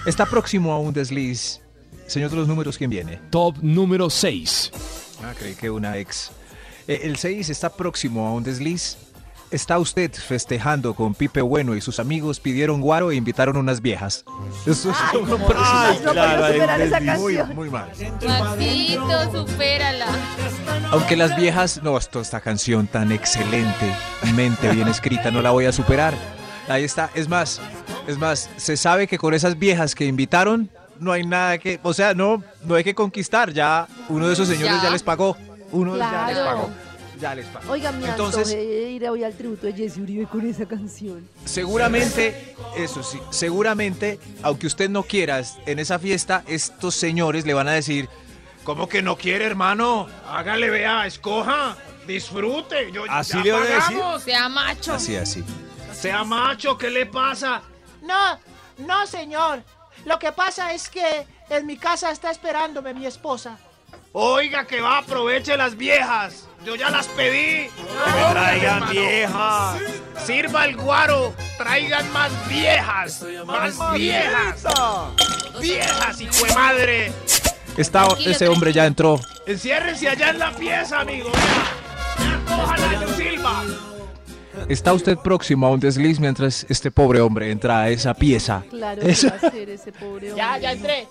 [SPEAKER 3] Está próximo a un desliz. Señor de los números, ¿quién viene?
[SPEAKER 7] Top número 6.
[SPEAKER 3] Ah, creí que una ex. Eh, El 6 está próximo a un desliz. Está usted festejando con Pipe Bueno y sus amigos pidieron guaro e invitaron unas viejas. Eso es lo próximo.
[SPEAKER 2] Ay,
[SPEAKER 5] No
[SPEAKER 2] claro,
[SPEAKER 5] puedo superar esa
[SPEAKER 2] entendí.
[SPEAKER 3] Muy,
[SPEAKER 5] canción.
[SPEAKER 3] muy mal.
[SPEAKER 4] Maxito, supérala.
[SPEAKER 3] Aunque las viejas, no, esto, esta canción tan excelentemente bien escrita, no la voy a superar. Ahí está, es más, Es más, se sabe que con esas viejas que invitaron no hay nada que, o sea, no, no hay que conquistar. Ya uno de esos señores ya,
[SPEAKER 4] Ya.
[SPEAKER 3] les pagó. Uno ya les
[SPEAKER 5] Claro.
[SPEAKER 3] pagó. Ya les pagó.
[SPEAKER 5] Oigan, me
[SPEAKER 3] Entonces,
[SPEAKER 5] antojé de ir hoy al tributo de Jesse Uribe con esa canción.
[SPEAKER 3] Seguramente, eso sí, seguramente, aunque usted no quiera, en esa fiesta estos señores le van a decir, ¿cómo que no quiere, hermano?
[SPEAKER 6] Hágale, vea, escoja, disfrute. Yo,
[SPEAKER 2] Así
[SPEAKER 6] ya
[SPEAKER 2] le van a decir.
[SPEAKER 6] pagamos.
[SPEAKER 4] Sea macho.
[SPEAKER 3] Así, así.
[SPEAKER 6] Sea macho, ¿qué le pasa?
[SPEAKER 9] No, no, señor. Lo que pasa es que en mi casa está esperándome mi esposa.
[SPEAKER 6] Oiga, que va, aproveche las viejas. Yo ya las pedí.
[SPEAKER 2] ¡Me traigan
[SPEAKER 6] hermano.
[SPEAKER 2] viejas!
[SPEAKER 6] Sirva el guaro, traigan más viejas, más viejas, viejas, hijo de madre.
[SPEAKER 3] Está,
[SPEAKER 4] Tranquilo,
[SPEAKER 3] ese hombre ya entró.
[SPEAKER 6] Enciérrense allá en la pieza, amigo. Ya, ya cojan a John Silva.
[SPEAKER 3] Está usted próximo a un desliz mientras este pobre hombre entra a esa pieza. (laughs)
[SPEAKER 5] Claro,
[SPEAKER 3] Eso.
[SPEAKER 5] que va a ser ese pobre hombre.
[SPEAKER 9] Ya, ya entré.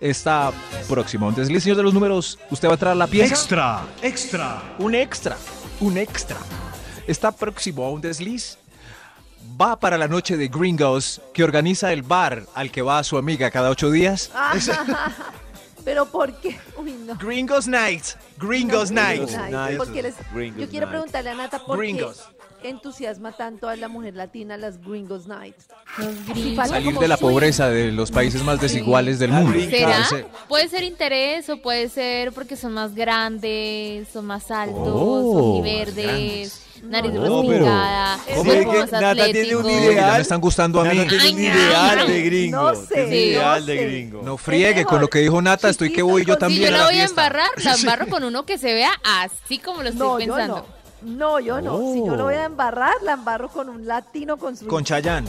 [SPEAKER 3] Está próximo a un desliz, señor de los números. Usted va a entrar a la pieza.
[SPEAKER 6] Extra, extra.
[SPEAKER 3] Un extra, un extra. Está próximo a un desliz. Va para la noche de Gringos que organiza el bar al que va su amiga cada ocho días.
[SPEAKER 5] Ajá. Ah, (laughs) Pero ¿por qué? Uy, no.
[SPEAKER 3] Gringos Night. Gringos
[SPEAKER 5] No,
[SPEAKER 3] Night.
[SPEAKER 5] Gringos
[SPEAKER 2] Night.
[SPEAKER 5] Porque les-
[SPEAKER 2] Gringos
[SPEAKER 5] yo quiero
[SPEAKER 2] Night.
[SPEAKER 5] preguntarle a Nata por
[SPEAKER 3] Gringos.
[SPEAKER 5] qué entusiasma tanto a la mujer latina las Gringos Night.
[SPEAKER 4] Los
[SPEAKER 5] Sí,
[SPEAKER 4] gringos.
[SPEAKER 5] falta
[SPEAKER 3] Salir
[SPEAKER 5] como
[SPEAKER 3] de la
[SPEAKER 5] swing.
[SPEAKER 3] pobreza de los países más desiguales del mundo.
[SPEAKER 4] ¿Será?
[SPEAKER 3] Ese-
[SPEAKER 4] Puede ser interés o puede ser porque son más grandes, son más altos,
[SPEAKER 3] Oh,
[SPEAKER 4] son verdes, nariz
[SPEAKER 5] No,
[SPEAKER 2] pero-
[SPEAKER 4] rosticada,
[SPEAKER 5] ¿Cómo
[SPEAKER 4] cuerpo
[SPEAKER 2] es que
[SPEAKER 4] más
[SPEAKER 2] Nata tiene
[SPEAKER 4] atlético.
[SPEAKER 2] un
[SPEAKER 3] Uy, ya
[SPEAKER 2] ideal?
[SPEAKER 3] me están gustando a mí.
[SPEAKER 2] Nata tiene un
[SPEAKER 4] Ay,
[SPEAKER 2] ideal de
[SPEAKER 4] no.
[SPEAKER 2] gringo.
[SPEAKER 5] No sé,
[SPEAKER 2] tiene un
[SPEAKER 4] no
[SPEAKER 2] ideal de
[SPEAKER 5] sé.
[SPEAKER 2] gringo.
[SPEAKER 3] No friegue con lo que dijo Nata, estoy que voy yo
[SPEAKER 5] Chiquito,
[SPEAKER 4] Si
[SPEAKER 3] también.
[SPEAKER 4] yo
[SPEAKER 3] a
[SPEAKER 4] la
[SPEAKER 3] la
[SPEAKER 4] voy a
[SPEAKER 3] fiesta.
[SPEAKER 4] embarrar, la embarro con uno que se vea así como lo estoy
[SPEAKER 5] No, yo
[SPEAKER 4] pensando.
[SPEAKER 5] no. No, yo no. Si yo lo voy a embarrar, la embarro con un latino con su...
[SPEAKER 3] Oh. Con Chayanne.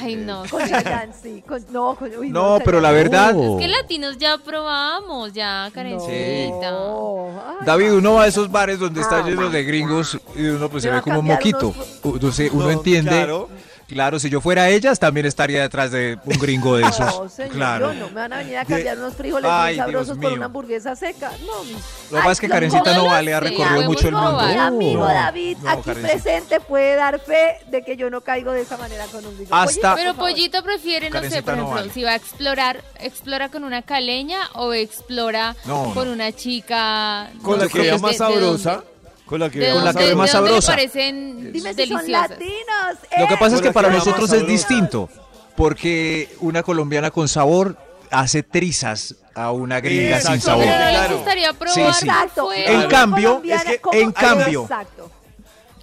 [SPEAKER 4] Ay, no.
[SPEAKER 5] con Chayanne, sí. Con, no, con- uy,
[SPEAKER 3] No, pero la
[SPEAKER 5] Chayanne.
[SPEAKER 3] verdad,
[SPEAKER 4] Que latinos ya probamos, ya, Karencita.
[SPEAKER 5] No. Ay,
[SPEAKER 3] David, uno va a esos bares donde está lleno de gringos y uno pues se
[SPEAKER 5] Me Ah, va
[SPEAKER 3] ve
[SPEAKER 5] a
[SPEAKER 3] como un
[SPEAKER 5] cambiar
[SPEAKER 3] moquito.
[SPEAKER 5] unos-
[SPEAKER 3] Uno, se- uno
[SPEAKER 2] No,
[SPEAKER 3] entiende.
[SPEAKER 2] claro.
[SPEAKER 3] Claro. si yo fuera ellas, también estaría detrás de un gringo de esos.
[SPEAKER 5] No, señor,
[SPEAKER 3] claro.
[SPEAKER 5] yo no. Me van a venir a cambiar unos frijoles
[SPEAKER 3] Ay,
[SPEAKER 5] muy
[SPEAKER 3] Dios
[SPEAKER 5] sabrosos por
[SPEAKER 3] mío.
[SPEAKER 5] una hamburguesa seca. No, mi...
[SPEAKER 3] Lo más que Karencita
[SPEAKER 4] no
[SPEAKER 3] no
[SPEAKER 4] lo
[SPEAKER 3] vale, ha
[SPEAKER 4] sé,
[SPEAKER 3] recorrido
[SPEAKER 4] ya
[SPEAKER 3] mucho el
[SPEAKER 4] podemos
[SPEAKER 3] mundo.
[SPEAKER 4] probar.
[SPEAKER 5] Mi amigo
[SPEAKER 3] No,
[SPEAKER 5] David,
[SPEAKER 3] no,
[SPEAKER 5] aquí
[SPEAKER 3] Karencita.
[SPEAKER 5] presente, puede dar fe de que yo no caigo de esa manera con un gringo.
[SPEAKER 3] Hasta-
[SPEAKER 4] Pero
[SPEAKER 5] por favor.
[SPEAKER 4] Pollito prefiere, no sé,
[SPEAKER 3] Karencita
[SPEAKER 4] por
[SPEAKER 3] no
[SPEAKER 4] ejemplo,
[SPEAKER 3] vale.
[SPEAKER 4] si va a explorar, ¿explora con una caleña o explora
[SPEAKER 3] No, no.
[SPEAKER 4] con una chica?
[SPEAKER 2] Con la
[SPEAKER 4] no sé,
[SPEAKER 2] que vea
[SPEAKER 4] de-
[SPEAKER 2] más
[SPEAKER 4] de dónde-
[SPEAKER 2] sabrosa. Con la que
[SPEAKER 4] de
[SPEAKER 2] vea
[SPEAKER 3] Con la
[SPEAKER 4] dónde-
[SPEAKER 3] que vea
[SPEAKER 4] de
[SPEAKER 3] más
[SPEAKER 4] dónde le
[SPEAKER 3] sabrosa.
[SPEAKER 4] parecen
[SPEAKER 5] Dime si son
[SPEAKER 4] deliciosas.
[SPEAKER 5] latinos.
[SPEAKER 3] Lo que pasa
[SPEAKER 5] ¡eh!
[SPEAKER 3] es
[SPEAKER 2] Bueno,
[SPEAKER 3] que
[SPEAKER 2] es
[SPEAKER 3] para
[SPEAKER 2] que la
[SPEAKER 3] nosotros
[SPEAKER 2] masa
[SPEAKER 3] es
[SPEAKER 2] dura.
[SPEAKER 3] distinto, porque una colombiana con sabor hace trizas a una gringa sin
[SPEAKER 2] Exacto.
[SPEAKER 3] sabor.
[SPEAKER 4] Pero a él
[SPEAKER 2] Claro.
[SPEAKER 4] le gustaría probar
[SPEAKER 3] Sí, sí.
[SPEAKER 4] por
[SPEAKER 5] Exacto.
[SPEAKER 4] fuera.
[SPEAKER 3] En
[SPEAKER 5] Como
[SPEAKER 3] cambio,
[SPEAKER 5] colombiana,
[SPEAKER 2] es que-
[SPEAKER 5] como-
[SPEAKER 3] en
[SPEAKER 5] Ah,
[SPEAKER 3] cambio.
[SPEAKER 5] Exacto.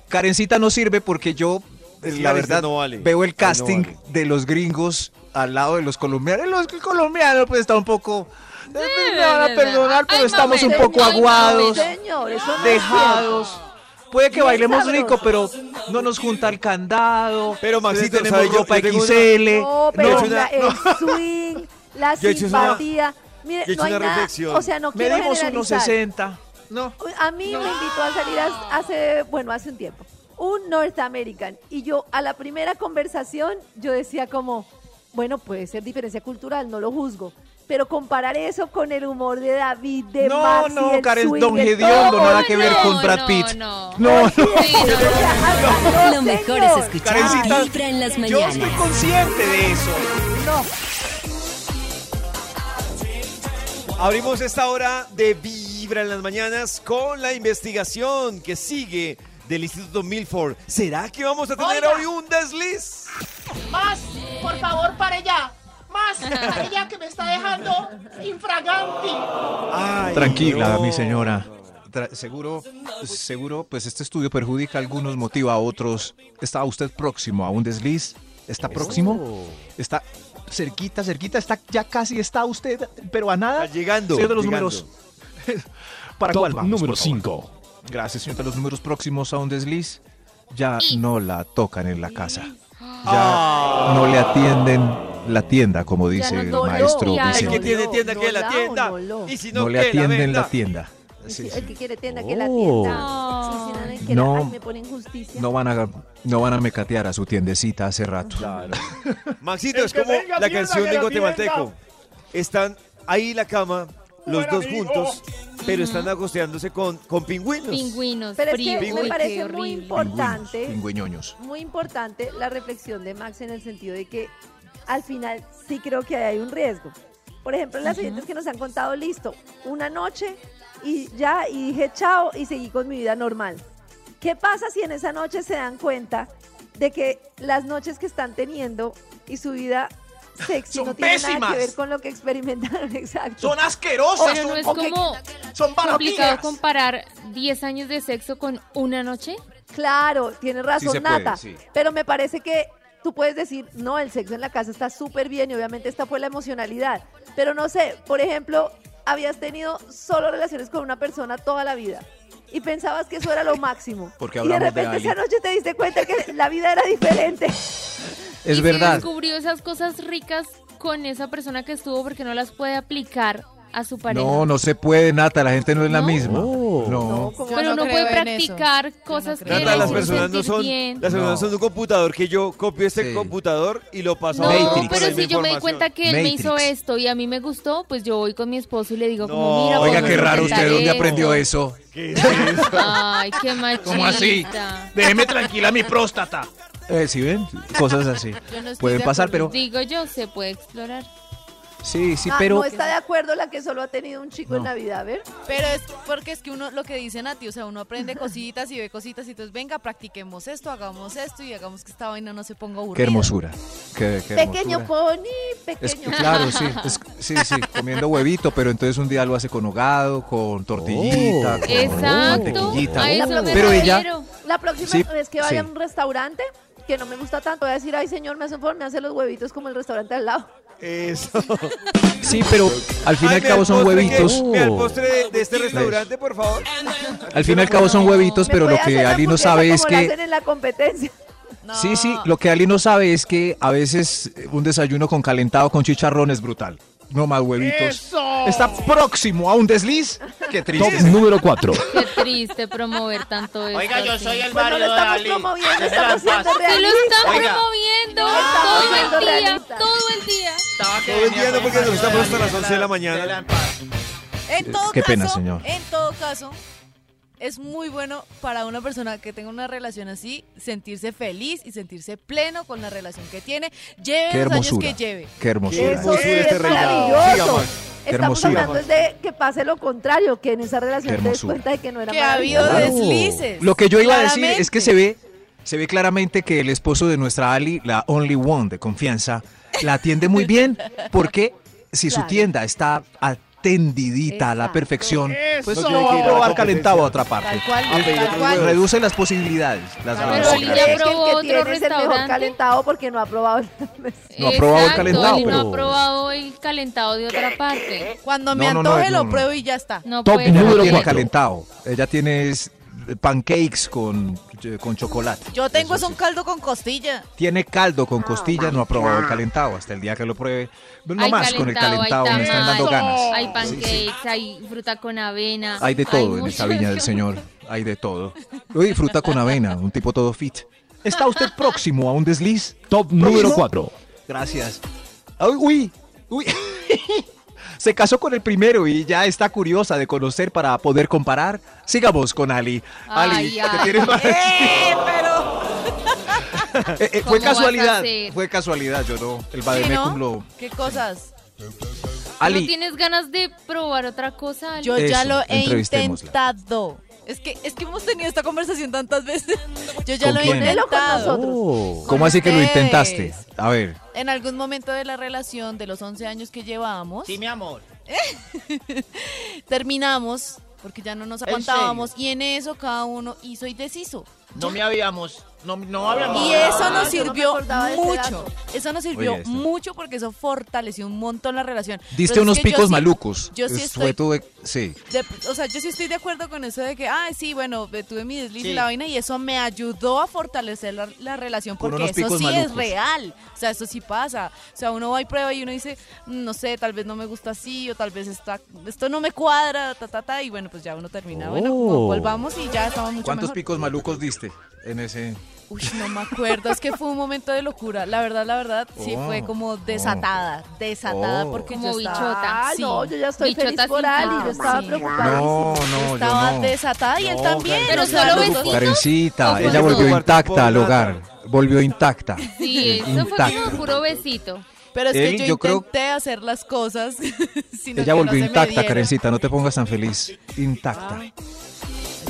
[SPEAKER 3] Karencita no sirve porque yo, eh, la
[SPEAKER 2] Karencita
[SPEAKER 3] verdad,
[SPEAKER 2] no vale.
[SPEAKER 3] veo el
[SPEAKER 2] Ay, no
[SPEAKER 3] casting
[SPEAKER 2] vale.
[SPEAKER 3] de los gringos al lado de los colombianos. Los colombianos pues está un poco... me van a
[SPEAKER 4] no,
[SPEAKER 3] perdonar,
[SPEAKER 4] no.
[SPEAKER 3] pero
[SPEAKER 4] Ay,
[SPEAKER 3] estamos un
[SPEAKER 4] mames,
[SPEAKER 3] poco
[SPEAKER 4] ay, mames.
[SPEAKER 3] aguados,
[SPEAKER 5] Señor, eso no es
[SPEAKER 3] dejados. Puede que
[SPEAKER 5] No es
[SPEAKER 3] bailemos rico,
[SPEAKER 5] sabroso.
[SPEAKER 3] pero no nos junta el candado.
[SPEAKER 2] Pero, Maxito,
[SPEAKER 3] tenemos
[SPEAKER 2] ¿sabe? Yo- yo
[SPEAKER 3] ropa
[SPEAKER 2] tengo una-
[SPEAKER 3] XL.
[SPEAKER 5] No,
[SPEAKER 2] yo he
[SPEAKER 5] pero eh,
[SPEAKER 2] hecho una-
[SPEAKER 5] la-
[SPEAKER 2] (laughs)
[SPEAKER 5] el swing, la
[SPEAKER 2] Yo he hecho una-
[SPEAKER 5] simpatía. Mire,
[SPEAKER 2] yo he hecho
[SPEAKER 5] no hay
[SPEAKER 2] una
[SPEAKER 5] nada.
[SPEAKER 2] reflexión.
[SPEAKER 5] O sea, no quiero
[SPEAKER 3] Medimos
[SPEAKER 5] generalizar.
[SPEAKER 3] 1,60. No.
[SPEAKER 5] A mí me invitó a salir as- hace, bueno, hace un tiempo, un North American. Y yo a la primera conversación, yo decía como, bueno, puede ser diferencia cultural, no lo juzgo. Pero comparar eso con el humor de David, de
[SPEAKER 3] No,
[SPEAKER 5] Maxi,
[SPEAKER 3] no,
[SPEAKER 5] el
[SPEAKER 3] Karen,
[SPEAKER 5] swing,
[SPEAKER 3] don
[SPEAKER 5] el
[SPEAKER 3] Gediondo,
[SPEAKER 5] todo.
[SPEAKER 3] nada que ver con
[SPEAKER 4] No,
[SPEAKER 3] Brad
[SPEAKER 4] no,
[SPEAKER 3] Pitt.
[SPEAKER 4] No,
[SPEAKER 3] No, no. (laughs)
[SPEAKER 4] Sí, no,
[SPEAKER 5] O sea,
[SPEAKER 4] no.
[SPEAKER 5] hasta no,
[SPEAKER 1] Lo mejor es
[SPEAKER 5] señor.
[SPEAKER 1] escuchar
[SPEAKER 3] Karencita,
[SPEAKER 1] Vibra en las
[SPEAKER 3] Yo estoy
[SPEAKER 1] mañanas.
[SPEAKER 3] consciente de eso.
[SPEAKER 2] Abrimos esta hora de Vibra en las mañanas con la investigación que sigue del Instituto Milford. ¿Será que vamos a tener
[SPEAKER 9] Oiga.
[SPEAKER 2] hoy un desliz?
[SPEAKER 9] Más, por favor, para allá. Más, para allá que me está dejando infraganti.
[SPEAKER 2] Ay,
[SPEAKER 3] Tranquila,
[SPEAKER 2] no.
[SPEAKER 3] mi señora. Tra- seguro, seguro, pues este estudio perjudica a algunos, motiva a otros. ¿Está usted próximo a un desliz? ¿Está próximo?
[SPEAKER 2] Oh.
[SPEAKER 3] ¿Está cerquita, cerquita? ¿Está ya casi está usted, pero a nada?
[SPEAKER 2] Está llegando,
[SPEAKER 3] Señor de los
[SPEAKER 2] llegando.
[SPEAKER 3] números. (laughs) ¿Para
[SPEAKER 7] Top
[SPEAKER 3] cuál vamos,
[SPEAKER 7] número
[SPEAKER 3] por favor?
[SPEAKER 7] 5.
[SPEAKER 3] Gracias, señor de los números próximos a un desliz. Ya
[SPEAKER 4] Y-
[SPEAKER 3] no la tocan en la casa. Ya no le atienden la tienda, como dice el
[SPEAKER 4] no, no,
[SPEAKER 3] maestro
[SPEAKER 4] ya
[SPEAKER 2] El
[SPEAKER 4] no.
[SPEAKER 3] Vicente.
[SPEAKER 2] que tiene
[SPEAKER 5] No,
[SPEAKER 2] tienda,
[SPEAKER 5] no
[SPEAKER 2] que la
[SPEAKER 5] la,
[SPEAKER 2] tienda.
[SPEAKER 5] no, no.
[SPEAKER 2] Y si no,
[SPEAKER 3] no le
[SPEAKER 2] que
[SPEAKER 3] atienden la
[SPEAKER 2] venda.
[SPEAKER 3] tienda. Sí,
[SPEAKER 5] Sí,
[SPEAKER 3] sí.
[SPEAKER 5] El que quiere tienda, que la
[SPEAKER 3] Oh.
[SPEAKER 5] tienda. Y si no le quiere,
[SPEAKER 3] No.
[SPEAKER 5] ay, me pone injusticia.
[SPEAKER 3] No van a no van a mecatear a su tiendecita hace rato.
[SPEAKER 2] Maxito,
[SPEAKER 6] El
[SPEAKER 2] es
[SPEAKER 6] que
[SPEAKER 2] como la
[SPEAKER 6] tenga mierda,
[SPEAKER 2] canción
[SPEAKER 6] que
[SPEAKER 2] de
[SPEAKER 6] la
[SPEAKER 2] Guatemalteco.
[SPEAKER 6] tienda.
[SPEAKER 2] Están ahí en la cama, los
[SPEAKER 6] Buen
[SPEAKER 2] dos
[SPEAKER 6] amigo.
[SPEAKER 2] juntos, pero están agosteándose con, con pingüinos.
[SPEAKER 4] Pingüinos,
[SPEAKER 5] Pero es que
[SPEAKER 4] frío,
[SPEAKER 5] me
[SPEAKER 4] uy, qué
[SPEAKER 5] parece muy
[SPEAKER 4] horrible.
[SPEAKER 5] importante
[SPEAKER 3] Pingüiñoños.
[SPEAKER 5] muy importante la reflexión de Max en el sentido de que al final sí creo que hay un riesgo. Por ejemplo, las siguientes que nos han contado, listo, una noche y ya, y dije chao y seguí con mi vida normal. ¿Qué pasa si en esa noche se dan cuenta de que las noches que están teniendo y su vida sexy
[SPEAKER 9] Son
[SPEAKER 5] no tiene nada
[SPEAKER 9] pésimas.
[SPEAKER 5] que ver con lo que experimentaron? (laughs) Exacto.
[SPEAKER 9] Son asquerosas,
[SPEAKER 4] Pero no
[SPEAKER 9] son,
[SPEAKER 4] es
[SPEAKER 9] coque-
[SPEAKER 4] como
[SPEAKER 9] son
[SPEAKER 4] complicado
[SPEAKER 9] barraquías.
[SPEAKER 4] comparar 10 años de sexo con una noche.
[SPEAKER 5] Claro, tienes razón,
[SPEAKER 3] se puede,
[SPEAKER 5] Nata.
[SPEAKER 3] sí.
[SPEAKER 5] Pero me parece que tú puedes decir, no, el sexo en la casa está súper bien y obviamente esta fue la emocionalidad. Pero no sé, por ejemplo, habías tenido solo relaciones con una persona toda la vida y pensabas que eso era lo máximo.
[SPEAKER 3] (laughs) Porque
[SPEAKER 5] y de
[SPEAKER 3] hablamos de
[SPEAKER 5] repente
[SPEAKER 3] Ali.
[SPEAKER 5] esa noche te diste cuenta que la vida era diferente.
[SPEAKER 4] Y
[SPEAKER 3] Es
[SPEAKER 4] si
[SPEAKER 3] verdad.
[SPEAKER 4] descubrió esas cosas ricas con esa persona que estuvo porque no las puede aplicar a su pareja.
[SPEAKER 3] No, no se puede, Nata, la gente no es la
[SPEAKER 4] ¿No?
[SPEAKER 3] misma.
[SPEAKER 5] No,
[SPEAKER 3] (laughs) No.
[SPEAKER 5] como
[SPEAKER 4] Pero
[SPEAKER 10] Yo no
[SPEAKER 4] no puede
[SPEAKER 10] creo en eso.
[SPEAKER 4] practicar cosas que
[SPEAKER 10] creo.
[SPEAKER 4] le
[SPEAKER 2] Nata, las
[SPEAKER 4] hicieron
[SPEAKER 2] personas no
[SPEAKER 4] sentir
[SPEAKER 2] son,
[SPEAKER 4] bien.
[SPEAKER 2] las personas
[SPEAKER 3] No.
[SPEAKER 2] son un computador que yo copio este
[SPEAKER 3] Sí.
[SPEAKER 2] computador y lo paso a
[SPEAKER 4] No,
[SPEAKER 2] otro
[SPEAKER 3] Matrix.
[SPEAKER 2] con la
[SPEAKER 4] pero
[SPEAKER 2] misma
[SPEAKER 4] si yo me di
[SPEAKER 2] información.
[SPEAKER 4] cuenta que él
[SPEAKER 3] Matrix.
[SPEAKER 4] me hizo esto y a mí me gustó, pues yo voy con mi esposo y le digo,
[SPEAKER 2] No.
[SPEAKER 4] como, mira, pues
[SPEAKER 3] Oiga,
[SPEAKER 4] podemos
[SPEAKER 3] qué raro
[SPEAKER 4] intentar
[SPEAKER 3] usted, ¿dónde
[SPEAKER 4] esto".
[SPEAKER 3] aprendió eso?
[SPEAKER 2] ¿Qué es eso?
[SPEAKER 4] Ay, qué machista.
[SPEAKER 6] ¿Cómo así? Déjeme tranquila mi próstata.
[SPEAKER 3] Eh, ¿Sí ven? Cosas así.
[SPEAKER 10] Yo no estoy
[SPEAKER 3] Pueden
[SPEAKER 10] de
[SPEAKER 3] pasar, pero...
[SPEAKER 10] acuerdo.
[SPEAKER 4] Digo yo, se puede explorar.
[SPEAKER 3] Sí, sí,
[SPEAKER 5] Ah,
[SPEAKER 3] pero...
[SPEAKER 5] No está de acuerdo la que solo ha tenido un chico en la vida, a ver.
[SPEAKER 10] Pero es porque es que uno, lo que dicen a ti, o sea, uno aprende cositas y ve cositas y entonces, venga, practiquemos esto, hagamos esto y hagamos que esta vaina no se ponga aburrida.
[SPEAKER 3] Qué hermosura. Qué, qué
[SPEAKER 5] Pequeño
[SPEAKER 3] hermosura.
[SPEAKER 5] Pony,
[SPEAKER 3] Es-
[SPEAKER 5] pequeño.
[SPEAKER 3] claro, sí, es- sí, sí, comiendo huevito, pero entonces un día lo hace con hogado, con tortillita,
[SPEAKER 7] Oh.
[SPEAKER 3] con
[SPEAKER 4] Exacto.
[SPEAKER 3] mantequillita.
[SPEAKER 4] A eso me
[SPEAKER 3] Pero ella-
[SPEAKER 4] refiero.
[SPEAKER 5] La próxima
[SPEAKER 3] Sí,
[SPEAKER 5] vez que vaya a
[SPEAKER 3] sí.
[SPEAKER 5] un restaurante, que no me gusta tanto, voy a decir, ay señor, me hace un favor, me hace los huevitos como el restaurante al lado.
[SPEAKER 2] Eso.
[SPEAKER 3] Sí, pero al fin y
[SPEAKER 2] Ay,
[SPEAKER 3] al
[SPEAKER 2] me
[SPEAKER 3] cabo son
[SPEAKER 2] postre que-
[SPEAKER 3] huevitos.
[SPEAKER 2] me al postre de, de este restaurante, por favor.
[SPEAKER 3] Al fin y al cabo son huevitos,
[SPEAKER 5] Me
[SPEAKER 3] pero
[SPEAKER 5] puede
[SPEAKER 3] lo que
[SPEAKER 5] hacer la
[SPEAKER 3] Ali no
[SPEAKER 5] hamburguesa
[SPEAKER 3] sabe es
[SPEAKER 5] como la
[SPEAKER 3] que
[SPEAKER 5] hacen en la competencia.
[SPEAKER 10] No.
[SPEAKER 3] Sí, sí, lo que Ali no sabe es que a veces eh, un desayuno con calentado con chicharrón es brutal. No más huevitos.
[SPEAKER 6] ¡Eso!
[SPEAKER 3] Está próximo a un desliz. Qué
[SPEAKER 7] Top
[SPEAKER 3] triste.
[SPEAKER 7] número
[SPEAKER 3] (laughs)
[SPEAKER 7] 4.
[SPEAKER 4] Qué triste promover tanto esto.
[SPEAKER 6] Oiga, yo
[SPEAKER 4] así.
[SPEAKER 6] soy el
[SPEAKER 5] Pues no lo
[SPEAKER 6] barrio de
[SPEAKER 5] estamos
[SPEAKER 6] Dalí.
[SPEAKER 5] promoviendo,
[SPEAKER 6] Déjela en
[SPEAKER 5] estamos siendo
[SPEAKER 6] paz.
[SPEAKER 4] Se lo
[SPEAKER 5] realistas.
[SPEAKER 4] están
[SPEAKER 6] Oiga.
[SPEAKER 4] promoviendo
[SPEAKER 5] Oiga.
[SPEAKER 4] todo el
[SPEAKER 5] Oiga.
[SPEAKER 4] día,
[SPEAKER 5] Realista.
[SPEAKER 4] todo el día.
[SPEAKER 6] Estaba que
[SPEAKER 2] Todo el día, no, porque nos estamos hasta las
[SPEAKER 6] Déjela-
[SPEAKER 2] 11 de la mañana.
[SPEAKER 6] déjela en paz.
[SPEAKER 10] En todo
[SPEAKER 3] Qué
[SPEAKER 10] caso,
[SPEAKER 3] pena, señor.
[SPEAKER 10] en todo caso, es muy bueno para una persona que tenga una relación así sentirse feliz y sentirse pleno con la relación que tiene. Lleve
[SPEAKER 3] Qué
[SPEAKER 10] los años
[SPEAKER 3] hermosura.
[SPEAKER 10] que lleve.
[SPEAKER 3] Qué hermosura.
[SPEAKER 5] Eso sí
[SPEAKER 2] Hermosura este
[SPEAKER 5] es
[SPEAKER 2] reinado. Siga,
[SPEAKER 5] maravilloso.
[SPEAKER 2] Max.
[SPEAKER 3] Qué
[SPEAKER 5] Estamos
[SPEAKER 3] hermosura.
[SPEAKER 5] hablando es de que pase lo contrario, que en esa relación
[SPEAKER 3] Qué
[SPEAKER 5] te des
[SPEAKER 3] hermosura.
[SPEAKER 5] cuenta de que no era
[SPEAKER 10] Que ha habido
[SPEAKER 5] maravilloso.
[SPEAKER 10] deslices.
[SPEAKER 3] Lo que yo iba a decir es que se
[SPEAKER 10] claramente.
[SPEAKER 3] ve, se ve claramente que el esposo de nuestra Ali, la Only One de confianza, la atiende muy bien, porque si
[SPEAKER 5] Claro.
[SPEAKER 3] su tienda está atendidita a la
[SPEAKER 5] Exacto.
[SPEAKER 3] perfección, pues
[SPEAKER 6] Eso.
[SPEAKER 3] no va a probar calentado a otra parte.
[SPEAKER 10] Tal cual, tal cual.
[SPEAKER 3] Reduce las posibilidades. Las
[SPEAKER 10] Pero
[SPEAKER 5] Pero
[SPEAKER 3] ganancias.
[SPEAKER 4] Oli ya
[SPEAKER 5] cree que
[SPEAKER 4] probó
[SPEAKER 5] el que
[SPEAKER 4] otro
[SPEAKER 5] tiene es el mejor
[SPEAKER 4] restaurante.
[SPEAKER 5] calentado porque no ha probado
[SPEAKER 3] No ha probado el
[SPEAKER 4] Exacto,
[SPEAKER 3] calentado,
[SPEAKER 4] él No
[SPEAKER 3] pero-
[SPEAKER 4] ha probado el calentado de otra parte.
[SPEAKER 10] (laughs) Cuando me
[SPEAKER 3] No, no, no,
[SPEAKER 10] antoje
[SPEAKER 3] yo
[SPEAKER 10] lo
[SPEAKER 3] no.
[SPEAKER 10] pruebo y ya está.
[SPEAKER 4] No
[SPEAKER 7] Top
[SPEAKER 4] puede.
[SPEAKER 3] Ella no
[SPEAKER 7] Número
[SPEAKER 3] tiene
[SPEAKER 7] cuatro.
[SPEAKER 3] calentado. Ella tiene es, eh, pancakes con, eh, con chocolate.
[SPEAKER 10] Yo tengo es
[SPEAKER 3] Eso
[SPEAKER 10] un caldo con costilla.
[SPEAKER 3] sí. Tiene caldo con costillas, no ha probado el calentado hasta el día que lo pruebe. No
[SPEAKER 4] Hay
[SPEAKER 3] más con el calentado,
[SPEAKER 4] hay
[SPEAKER 3] me están
[SPEAKER 4] tamal,
[SPEAKER 3] dando ganas.
[SPEAKER 4] Hay pancakes, hay fruta con avena.
[SPEAKER 3] Hay de todo en
[SPEAKER 4] mucho-
[SPEAKER 3] esta viña
[SPEAKER 4] (laughs)
[SPEAKER 3] del Señor. Hay
[SPEAKER 10] (laughs)
[SPEAKER 3] de todo. Hoy fruta con avena, un tipo todo fit. ¿Está usted próximo a un desliz?
[SPEAKER 7] Top número 4.
[SPEAKER 3] Gracias. Ay, uy, uy. (laughs) Se casó con el primero y ya está curiosa de conocer para poder comparar. Sigamos con Ali. Ali,
[SPEAKER 4] Ay,
[SPEAKER 3] ¿te
[SPEAKER 4] ay.
[SPEAKER 3] tienes más?
[SPEAKER 10] (laughs) ¡Eh, pero!
[SPEAKER 3] (laughs) Eh, eh,
[SPEAKER 4] ¿Cómo
[SPEAKER 3] fue
[SPEAKER 4] vas a
[SPEAKER 3] casualidad,
[SPEAKER 4] hacer?
[SPEAKER 3] fue casualidad, yo no. El
[SPEAKER 10] ¿Sí,
[SPEAKER 3] Bademecum
[SPEAKER 10] no?
[SPEAKER 3] lo.
[SPEAKER 10] ¿Qué cosas?
[SPEAKER 4] ¿No
[SPEAKER 3] Ali,
[SPEAKER 4] tienes ganas de probar otra cosa? Ali?
[SPEAKER 10] Yo ya
[SPEAKER 3] Eso,
[SPEAKER 10] lo he
[SPEAKER 3] entrevistémosla.
[SPEAKER 10] intentado. Es que, es que hemos tenido esta conversación tantas veces. Yo ya
[SPEAKER 3] ¿Con
[SPEAKER 10] lo he
[SPEAKER 3] quién?
[SPEAKER 5] Ponelo con
[SPEAKER 10] intentado.
[SPEAKER 5] nosotros.
[SPEAKER 3] ¿cómo así que lo
[SPEAKER 10] ustedes.
[SPEAKER 3] intentaste? A ver,
[SPEAKER 10] En algún momento de la relación de los 11 años que llevábamos,
[SPEAKER 6] Sí, mi amor.
[SPEAKER 10] terminamos porque ya no nos
[SPEAKER 6] ¿En
[SPEAKER 10] aguantábamos y en eso cada uno hizo y deshizo.
[SPEAKER 6] No me habíamos. No,
[SPEAKER 9] Ah.
[SPEAKER 6] no habíamos.
[SPEAKER 10] Y eso nos
[SPEAKER 5] Ah, yo no me
[SPEAKER 10] sirvió
[SPEAKER 5] acordaba de ese
[SPEAKER 10] mucho.
[SPEAKER 5] dato.
[SPEAKER 10] Eso nos sirvió
[SPEAKER 3] Oye, esto.
[SPEAKER 10] mucho porque eso fortaleció un montón la relación.
[SPEAKER 3] diste
[SPEAKER 10] Pero es
[SPEAKER 3] unos
[SPEAKER 10] que yo
[SPEAKER 3] picos
[SPEAKER 10] sí-
[SPEAKER 3] malucos.
[SPEAKER 10] Yo sí
[SPEAKER 3] Es- fue
[SPEAKER 10] estoy
[SPEAKER 3] todo de- sí.
[SPEAKER 10] de- o sea, yo sí estoy de acuerdo con eso de que, ah, sí, bueno, eh, tuve mi desliz y
[SPEAKER 6] Sí.
[SPEAKER 10] la vaina y eso me ayudó a fortalecer la, la relación
[SPEAKER 3] Con
[SPEAKER 10] porque
[SPEAKER 3] unos
[SPEAKER 10] eso
[SPEAKER 3] picos
[SPEAKER 10] sí es
[SPEAKER 3] malucos.
[SPEAKER 10] real. O sea, eso sí pasa. O sea, uno va y prueba y uno dice, "Mm, no sé, tal vez no me gusta así o tal vez está, esto no me cuadra, ta, ta, ta, y bueno, pues ya uno termina. Bueno,
[SPEAKER 3] Oh.
[SPEAKER 10] volvamos y ya estamos mucho
[SPEAKER 3] ¿Cuántos
[SPEAKER 10] mejor.
[SPEAKER 3] picos malucos diste en ese?
[SPEAKER 10] Uy, no me acuerdo, es que fue un momento de locura. La verdad, la verdad, sí
[SPEAKER 3] Oh,
[SPEAKER 10] fue como
[SPEAKER 3] oh.
[SPEAKER 10] desatada, desatada
[SPEAKER 3] Oh.
[SPEAKER 10] porque
[SPEAKER 4] Como
[SPEAKER 10] yo estaba-
[SPEAKER 4] bichota.
[SPEAKER 5] Ah,
[SPEAKER 10] Sí.
[SPEAKER 5] no, yo ya estoy
[SPEAKER 4] Bichota
[SPEAKER 5] feliz por
[SPEAKER 4] sin
[SPEAKER 5] Ali, yo
[SPEAKER 4] cama.
[SPEAKER 5] estaba
[SPEAKER 10] Sí.
[SPEAKER 5] preocupada.
[SPEAKER 3] No, no, yo
[SPEAKER 10] estaba
[SPEAKER 3] no.
[SPEAKER 10] desatada y él también.
[SPEAKER 4] Pero
[SPEAKER 10] o sea,
[SPEAKER 4] solo
[SPEAKER 10] los
[SPEAKER 4] vestido.
[SPEAKER 10] dos-
[SPEAKER 3] Karencita,
[SPEAKER 4] Ojo,
[SPEAKER 3] ella
[SPEAKER 4] no.
[SPEAKER 3] volvió intacta al
[SPEAKER 2] Guarda,
[SPEAKER 3] hogar. Volvió intacta.
[SPEAKER 4] Sí, eso fue como puro besito.
[SPEAKER 10] Pero es
[SPEAKER 3] Eli,
[SPEAKER 10] que yo,
[SPEAKER 3] yo creo-
[SPEAKER 10] intenté hacer las cosas. (laughs) sino que
[SPEAKER 3] Ella volvió
[SPEAKER 10] no se me
[SPEAKER 3] intacta,
[SPEAKER 10] dieron.
[SPEAKER 3] Karencita, no te pongas tan feliz. Intacta.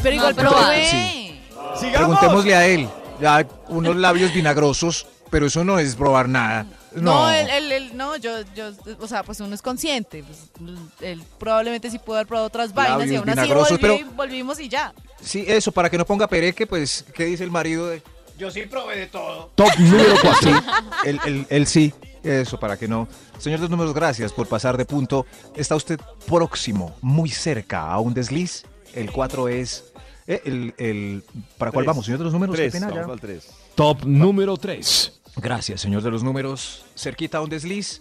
[SPEAKER 10] Pero igual
[SPEAKER 4] pero
[SPEAKER 10] probé.
[SPEAKER 3] Sí. Preguntémosle a él. Ya unos labios vinagrosos, pero eso no es probar nada. No.
[SPEAKER 10] No, él, él- él- no, yo, yo, o sea, pues uno es consciente. pues, él probablemente sí pudo haber probado otras vainas y
[SPEAKER 3] Labios
[SPEAKER 10] aún así
[SPEAKER 3] vinagrosos,
[SPEAKER 10] volvió
[SPEAKER 3] pero-
[SPEAKER 10] y volvimos y ya.
[SPEAKER 3] Sí, eso, para que no ponga pereque, pues, ¿qué dice el marido de...?
[SPEAKER 6] Yo sí probé de todo.
[SPEAKER 3] Top número 4. El, el- el sí, eso, para que no... Señor dos números, gracias por pasar de punto. Está usted próximo, muy cerca a un desliz. El 4 es... eh, el, el- ¿Para cuál
[SPEAKER 2] Tres.
[SPEAKER 3] vamos, señor de los números? Qué
[SPEAKER 2] Tres,
[SPEAKER 3] pena, ya.
[SPEAKER 2] vamos al tres.
[SPEAKER 7] Top número 3.
[SPEAKER 3] Gracias, señor de los números. Cerquita a un desliz.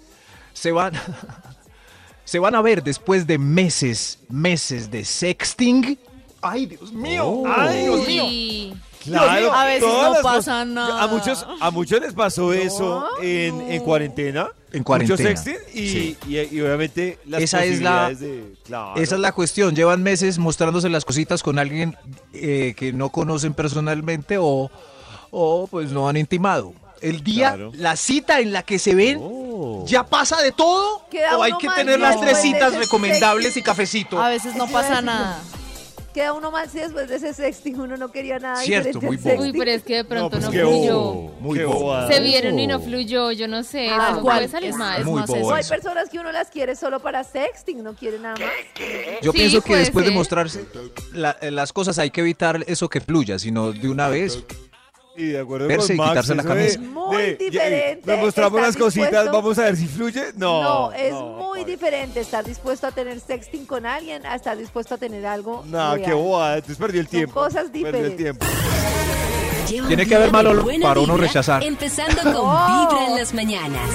[SPEAKER 3] Se van, (laughs) se van a ver después de meses, meses de sexting. ¡Ay, Dios mío! ¡Ay, Dios mío!
[SPEAKER 4] Y-
[SPEAKER 2] Claro,
[SPEAKER 10] a veces
[SPEAKER 2] todas
[SPEAKER 10] no
[SPEAKER 2] las
[SPEAKER 10] pasa
[SPEAKER 2] cosas.
[SPEAKER 10] nada.
[SPEAKER 2] A muchos, a muchos les pasó eso en, en cuarentena.
[SPEAKER 3] En cuarentena,
[SPEAKER 2] Mucho sexting y,
[SPEAKER 3] sí.
[SPEAKER 2] y- y obviamente las
[SPEAKER 3] Esa es la-
[SPEAKER 2] posibilidades de... Claro.
[SPEAKER 3] Esa es la cuestión. Llevan meses mostrándose las cositas con alguien eh, que no conocen personalmente o, o pues no han intimado. El día,
[SPEAKER 2] Claro.
[SPEAKER 3] la cita en la que se ven, ya pasa de todo.
[SPEAKER 5] Queda
[SPEAKER 3] o hay
[SPEAKER 5] uno
[SPEAKER 3] que
[SPEAKER 5] mal,
[SPEAKER 3] tener
[SPEAKER 5] ¿no?
[SPEAKER 3] las tres
[SPEAKER 5] Pues,
[SPEAKER 3] citas
[SPEAKER 5] ese
[SPEAKER 3] recomendables
[SPEAKER 5] sexting.
[SPEAKER 3] y cafecito.
[SPEAKER 10] A veces no
[SPEAKER 5] Eso iba a
[SPEAKER 10] pasa
[SPEAKER 5] decir yo.
[SPEAKER 10] nada.
[SPEAKER 5] Queda uno mal si después de ese sexting uno no quería nada
[SPEAKER 3] Cierto,
[SPEAKER 5] diferente
[SPEAKER 3] muy
[SPEAKER 5] al
[SPEAKER 3] bobo.
[SPEAKER 5] sexting.
[SPEAKER 4] Uy, pero es que de pronto
[SPEAKER 2] pues
[SPEAKER 4] no,
[SPEAKER 2] qué
[SPEAKER 4] fluyó.
[SPEAKER 2] bobo. Muy
[SPEAKER 3] Qué
[SPEAKER 2] bobo.
[SPEAKER 3] bobada.
[SPEAKER 4] Se vieron y no fluyó, yo no sé.
[SPEAKER 10] Tal
[SPEAKER 4] eso
[SPEAKER 10] cual,
[SPEAKER 4] puede salir
[SPEAKER 10] Ah, es-
[SPEAKER 4] mal.
[SPEAKER 10] es
[SPEAKER 3] Muy
[SPEAKER 10] más
[SPEAKER 3] bobo
[SPEAKER 10] eso.
[SPEAKER 5] O hay
[SPEAKER 3] eso.
[SPEAKER 5] personas que uno las quiere solo para sexting, no quiere nada más.
[SPEAKER 3] Yo
[SPEAKER 4] Sí,
[SPEAKER 3] pienso que
[SPEAKER 4] puede
[SPEAKER 3] después de
[SPEAKER 4] ser.
[SPEAKER 3] mostrarse la- eh, las cosas hay que evitar eso que fluya, sino de una vez.
[SPEAKER 2] Y de acuerdo
[SPEAKER 3] Verse
[SPEAKER 2] con
[SPEAKER 3] y
[SPEAKER 2] Max,
[SPEAKER 3] quitarse la
[SPEAKER 2] eso de-
[SPEAKER 3] camisa.
[SPEAKER 5] Es muy
[SPEAKER 2] de- ya-
[SPEAKER 5] diferente,
[SPEAKER 2] Nos mostramos
[SPEAKER 5] ¿estás
[SPEAKER 2] las cositas,
[SPEAKER 5] dispuesto?
[SPEAKER 2] vamos a ver si fluye. No,
[SPEAKER 5] No, es muy
[SPEAKER 2] Max.
[SPEAKER 5] diferente estar dispuesto a tener sexting con alguien a estar dispuesto a tener algo.
[SPEAKER 2] No,
[SPEAKER 5] real.
[SPEAKER 2] qué bobada, entonces perdió el
[SPEAKER 5] Son
[SPEAKER 2] tiempo.
[SPEAKER 5] cosas
[SPEAKER 2] Perdió el
[SPEAKER 5] diferentes.
[SPEAKER 2] tiempo.
[SPEAKER 1] Lleva un
[SPEAKER 3] Tiene que
[SPEAKER 1] día
[SPEAKER 3] haber
[SPEAKER 1] de
[SPEAKER 3] mal olor
[SPEAKER 1] buena
[SPEAKER 3] para uno
[SPEAKER 1] vibra,
[SPEAKER 3] rechazar. (laughs)
[SPEAKER 1] Empezando con
[SPEAKER 5] Oh.
[SPEAKER 1] Vibra en las mañanas.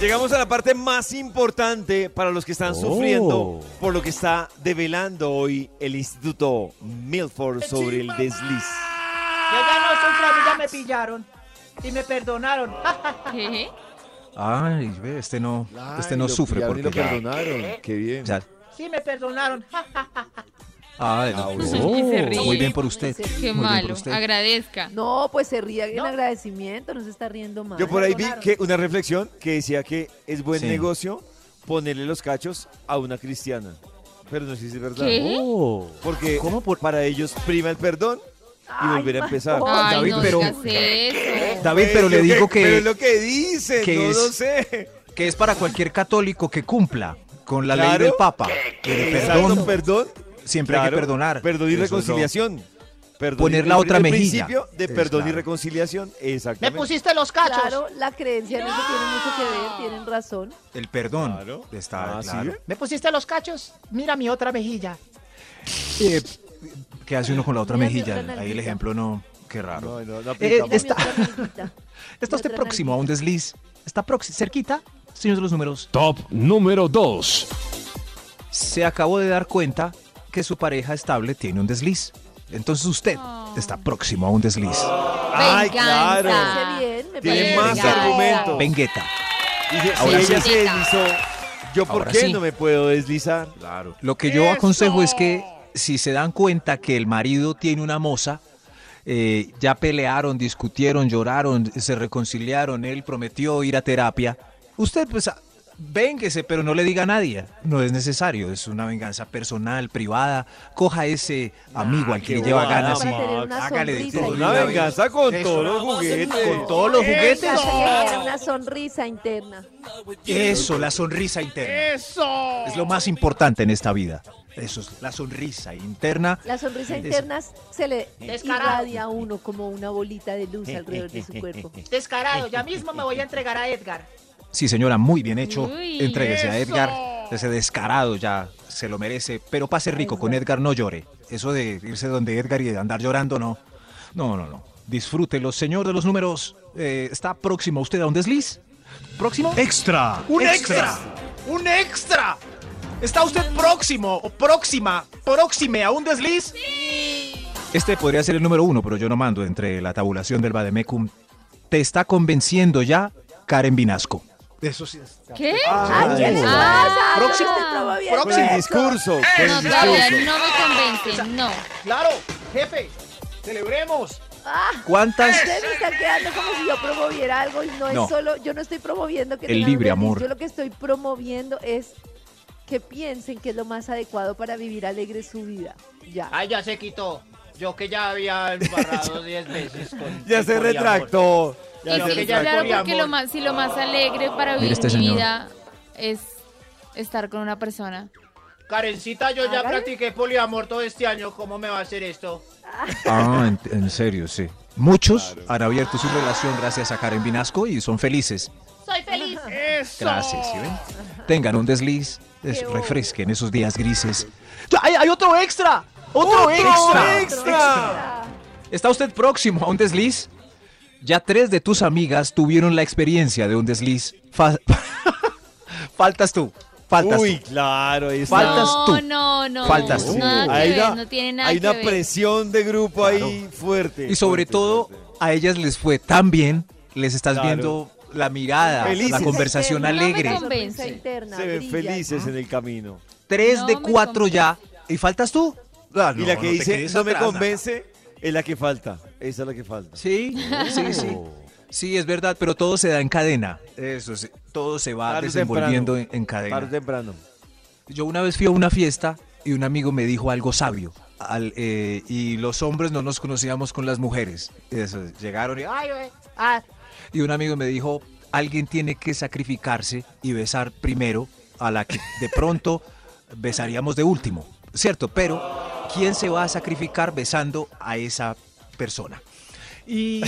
[SPEAKER 2] Llegamos a la parte más importante para los que
[SPEAKER 3] Oh.
[SPEAKER 2] están sufriendo por lo que está develando hoy el Instituto Milford sobre el desliz.
[SPEAKER 9] Yo ya no soy tramita, me pillaron. Y me perdonaron. Ah,
[SPEAKER 4] ¿Qué?
[SPEAKER 3] Ay, ve, este no, este no sufre porque ya-
[SPEAKER 2] perdonaron, qué bien.
[SPEAKER 3] o sea,
[SPEAKER 9] sí, me perdonaron.
[SPEAKER 3] Ah. ay, no, pues,
[SPEAKER 4] Y se ríe.
[SPEAKER 3] muy bien por usted.
[SPEAKER 5] Qué
[SPEAKER 3] muy
[SPEAKER 4] Qué
[SPEAKER 3] bien por
[SPEAKER 4] malo.
[SPEAKER 3] usted.
[SPEAKER 4] Agradezca.
[SPEAKER 5] No, pues se ríe en agradecimiento, no se está riendo mal.
[SPEAKER 2] Yo por ahí vi que una reflexión que decía que es buen
[SPEAKER 3] Sí.
[SPEAKER 2] negocio ponerle los cachos a una cristiana. Pero no sé si es verdad.
[SPEAKER 4] ¿Qué?
[SPEAKER 2] Porque para ellos prima el perdón y
[SPEAKER 5] Ay,
[SPEAKER 2] volver a empezar.
[SPEAKER 5] Marco.
[SPEAKER 4] Ay,
[SPEAKER 3] David,
[SPEAKER 4] no
[SPEAKER 3] pero-
[SPEAKER 4] digas eso.
[SPEAKER 3] David, pero
[SPEAKER 2] Es
[SPEAKER 3] le
[SPEAKER 2] lo
[SPEAKER 3] digo
[SPEAKER 2] Pero
[SPEAKER 3] que,
[SPEAKER 2] es lo que dicen,
[SPEAKER 3] que
[SPEAKER 2] no
[SPEAKER 3] es-
[SPEAKER 2] lo sé.
[SPEAKER 3] que es para cualquier católico que cumpla con la ley
[SPEAKER 2] Claro.
[SPEAKER 3] del Papa. El
[SPEAKER 2] Exacto,
[SPEAKER 3] perdón,
[SPEAKER 2] perdón.
[SPEAKER 3] siempre hay que perdonar.
[SPEAKER 2] Perdón y
[SPEAKER 3] Eso es lo-
[SPEAKER 2] reconciliación. Perdón y-
[SPEAKER 3] Poner la otra
[SPEAKER 2] el
[SPEAKER 3] mejilla.
[SPEAKER 2] principio de
[SPEAKER 3] Es
[SPEAKER 2] perdón y
[SPEAKER 3] claro.
[SPEAKER 2] reconciliación,
[SPEAKER 9] Me
[SPEAKER 2] exactamente.
[SPEAKER 9] pusiste los cachos.
[SPEAKER 5] Claro, la creencia en eso tiene mucho que ver, tienen razón.
[SPEAKER 3] el perdón
[SPEAKER 2] Claro.
[SPEAKER 3] está
[SPEAKER 2] Ah, ¿sí
[SPEAKER 3] claro.
[SPEAKER 2] ve?
[SPEAKER 9] Me pusiste los cachos. Mira mi otra mejilla.
[SPEAKER 3] Eh, ¿Qué hace uno con la otra
[SPEAKER 5] Mira mi
[SPEAKER 3] mejilla?
[SPEAKER 5] otra
[SPEAKER 3] Ahí el
[SPEAKER 5] nalguita.
[SPEAKER 3] ejemplo no. Qué raro.
[SPEAKER 2] No, no, no
[SPEAKER 3] Eh,
[SPEAKER 2] aplicamos.
[SPEAKER 3] está-
[SPEAKER 5] Mira mi otra amiguita.
[SPEAKER 3] Está usted
[SPEAKER 5] otra
[SPEAKER 3] próximo a un desliz. Está próximo, cerquita, señor de los números.
[SPEAKER 7] Top número 2.
[SPEAKER 3] se acabó de dar cuenta que su pareja estable tiene un desliz. Entonces usted
[SPEAKER 5] Ah.
[SPEAKER 3] está próximo a un desliz.
[SPEAKER 2] Ay,
[SPEAKER 4] Venganza.
[SPEAKER 2] claro.
[SPEAKER 5] Parece bien, me
[SPEAKER 2] Tiene
[SPEAKER 5] parece
[SPEAKER 2] más
[SPEAKER 5] bien.
[SPEAKER 2] argumentos.
[SPEAKER 3] Vengueta.
[SPEAKER 2] Dice,
[SPEAKER 3] Ahora
[SPEAKER 2] si ella
[SPEAKER 4] sí.
[SPEAKER 2] se deslizó, ¿yo por
[SPEAKER 3] Ahora
[SPEAKER 2] qué
[SPEAKER 3] sí.
[SPEAKER 2] no me puedo deslizar?
[SPEAKER 3] Lo que yo aconsejo es que si se dan cuenta que el marido tiene una moza, eh, ya pelearon, discutieron, lloraron, se reconciliaron, él prometió ir a terapia. Usted pues ah, vénguese, pero no le diga a nadie. No es necesario, es una venganza personal, privada. Coja ese amigo al que
[SPEAKER 2] qué
[SPEAKER 3] le lleva
[SPEAKER 2] bobada,
[SPEAKER 3] ganas. y
[SPEAKER 5] Para tener una
[SPEAKER 3] Hágale de
[SPEAKER 5] sonrisa
[SPEAKER 3] todo.
[SPEAKER 5] y
[SPEAKER 3] de
[SPEAKER 2] Una
[SPEAKER 3] una vez.
[SPEAKER 2] venganza con
[SPEAKER 3] Eso,
[SPEAKER 2] todos
[SPEAKER 3] una
[SPEAKER 2] los juguetes.
[SPEAKER 3] con todos los
[SPEAKER 5] Venganza
[SPEAKER 3] juguetes.
[SPEAKER 5] que genera Una sonrisa interna.
[SPEAKER 3] Eso, la sonrisa interna.
[SPEAKER 6] ¡Eso!
[SPEAKER 3] Es lo más importante en esta vida. Eso es la sonrisa interna.
[SPEAKER 5] La sonrisa
[SPEAKER 3] Eso.
[SPEAKER 5] interna se le
[SPEAKER 9] Descarado.
[SPEAKER 5] irradia a uno como una bolita de
[SPEAKER 3] Eh,
[SPEAKER 5] luz alrededor de su cuerpo.
[SPEAKER 9] Descarado, ya mismo me voy a entregar a Edgar.
[SPEAKER 3] Sí, señora, muy bien hecho.
[SPEAKER 4] Uy,
[SPEAKER 3] Entréguese a
[SPEAKER 6] eso.
[SPEAKER 3] Edgar. Ese descarado ya se lo merece. Pero pase rico con Edgar, no llore. Eso de irse donde Edgar y de andar llorando, no. No, no, no. Disfrútelo, señor de los números. Eh, ¿Está próximo usted a un desliz? ¿Próximo?
[SPEAKER 7] Extra.
[SPEAKER 6] ¡Un extra! ¡Un extra! ¿Está usted próximo o próxima, próxime a un desliz?
[SPEAKER 3] Este podría ser el número uno, pero yo no mando entre la tabulación del Bademecum. Te está convenciendo ya Karen Vinasco.
[SPEAKER 4] ¿Qué?
[SPEAKER 5] Ay, ¿qué
[SPEAKER 4] Ah.
[SPEAKER 5] le pasa? Yo no
[SPEAKER 6] Próximo,
[SPEAKER 5] estoy promoviendo
[SPEAKER 2] Con el
[SPEAKER 5] eso.
[SPEAKER 2] discurso, con
[SPEAKER 4] No,
[SPEAKER 2] el
[SPEAKER 4] todavía
[SPEAKER 2] discurso.
[SPEAKER 4] no me convence. No.
[SPEAKER 6] Claro, jefe, celebremos.
[SPEAKER 5] Ah,
[SPEAKER 3] ¿Cuántas?
[SPEAKER 5] Ustedes me están quedando como si yo promoviera algo y no,
[SPEAKER 3] No.
[SPEAKER 5] es solo, yo no estoy promoviendo que
[SPEAKER 3] El
[SPEAKER 5] tengan un
[SPEAKER 3] libre
[SPEAKER 5] desliz,
[SPEAKER 3] amor.
[SPEAKER 5] Yo lo que estoy promoviendo es que piensen que es lo más adecuado para vivir alegre su vida. Ya.
[SPEAKER 9] Ay, ya se quitó. Yo que ya había
[SPEAKER 6] (laughs)
[SPEAKER 9] embarrado 10 veces con.
[SPEAKER 2] (laughs) Ya se
[SPEAKER 9] con poliamor.
[SPEAKER 2] retractó.
[SPEAKER 9] Ya
[SPEAKER 4] Y
[SPEAKER 9] se
[SPEAKER 4] sí,
[SPEAKER 9] retractó.
[SPEAKER 4] claro, porque
[SPEAKER 9] Poliamor.
[SPEAKER 4] lo más, si lo más alegre para
[SPEAKER 3] Mire
[SPEAKER 4] vivir
[SPEAKER 3] este
[SPEAKER 4] mi
[SPEAKER 3] señor.
[SPEAKER 4] vida es estar con una persona.
[SPEAKER 9] Karencita, yo ya
[SPEAKER 5] Hágale.
[SPEAKER 9] practiqué poliamor todo este año. ¿Cómo me va a hacer esto?
[SPEAKER 3] Ah, en, en serio, sí. Muchos han abierto su relación gracias a Karen Vinasco y son felices.
[SPEAKER 4] Soy feliz.
[SPEAKER 9] (laughs)
[SPEAKER 3] Gracias, ¿sí ven? Tengan un desliz, es-
[SPEAKER 5] bobo.
[SPEAKER 3] refresquen esos días grises.
[SPEAKER 9] ¡Hay, hay otro extra! ¡Otro,
[SPEAKER 3] extra!
[SPEAKER 5] Extra.
[SPEAKER 3] ¿Está usted próximo a un desliz? Ya tres de tus amigas tuvieron la experiencia de un desliz. Fa- (laughs) faltas tú, faltas
[SPEAKER 2] Uy,
[SPEAKER 3] tú.
[SPEAKER 2] claro, ahí está.
[SPEAKER 3] Faltas
[SPEAKER 4] no,
[SPEAKER 3] tú.
[SPEAKER 4] no, no.
[SPEAKER 3] Faltas tú.
[SPEAKER 4] Nada que
[SPEAKER 2] Hay
[SPEAKER 4] ver,
[SPEAKER 2] una-
[SPEAKER 4] no tiene nada
[SPEAKER 2] Hay
[SPEAKER 4] que
[SPEAKER 2] una
[SPEAKER 4] ver.
[SPEAKER 2] presión de grupo ahí fuerte.
[SPEAKER 3] Y sobre
[SPEAKER 2] fuerte,
[SPEAKER 3] todo,
[SPEAKER 2] fuerte.
[SPEAKER 3] a ellas les fue tan bien, les estás
[SPEAKER 2] Claro.
[SPEAKER 3] viendo la mirada,
[SPEAKER 2] Felices.
[SPEAKER 3] la conversación
[SPEAKER 5] Interna,
[SPEAKER 3] alegre.
[SPEAKER 4] No me
[SPEAKER 5] sorpresa
[SPEAKER 4] convence.
[SPEAKER 5] interna,
[SPEAKER 2] Se ven
[SPEAKER 5] brilla.
[SPEAKER 2] felices en el camino.
[SPEAKER 3] Tres
[SPEAKER 4] No
[SPEAKER 3] de
[SPEAKER 4] me
[SPEAKER 3] cuatro ya. ¿Y faltas tú? Ah,
[SPEAKER 2] y
[SPEAKER 3] no,
[SPEAKER 2] la que
[SPEAKER 3] no te
[SPEAKER 2] dice,
[SPEAKER 3] quedes
[SPEAKER 2] no me
[SPEAKER 3] atrás, Nata".
[SPEAKER 2] convence, es la que falta. Esa es la que falta.
[SPEAKER 3] Sí,
[SPEAKER 2] Oh.
[SPEAKER 3] sí, sí. Sí, es verdad, pero todo se da en cadena. Eso sí, todo se va
[SPEAKER 2] Tarde o
[SPEAKER 3] Ah, desenvolviendo en,
[SPEAKER 2] temprano.
[SPEAKER 3] en
[SPEAKER 2] Tarde o
[SPEAKER 3] cadena.
[SPEAKER 2] temprano.
[SPEAKER 3] Yo una vez fui a una fiesta y un amigo me dijo algo sabio. Al, eh, y los hombres no nos conocíamos con las mujeres. Eso, llegaron y, "Ay, ay,
[SPEAKER 9] Ah,
[SPEAKER 3] ay". y un amigo me dijo, alguien tiene que sacrificarse y besar primero a la que de pronto besaríamos de último. Cierto, pero ¿quién se va a sacrificar besando a esa persona? Y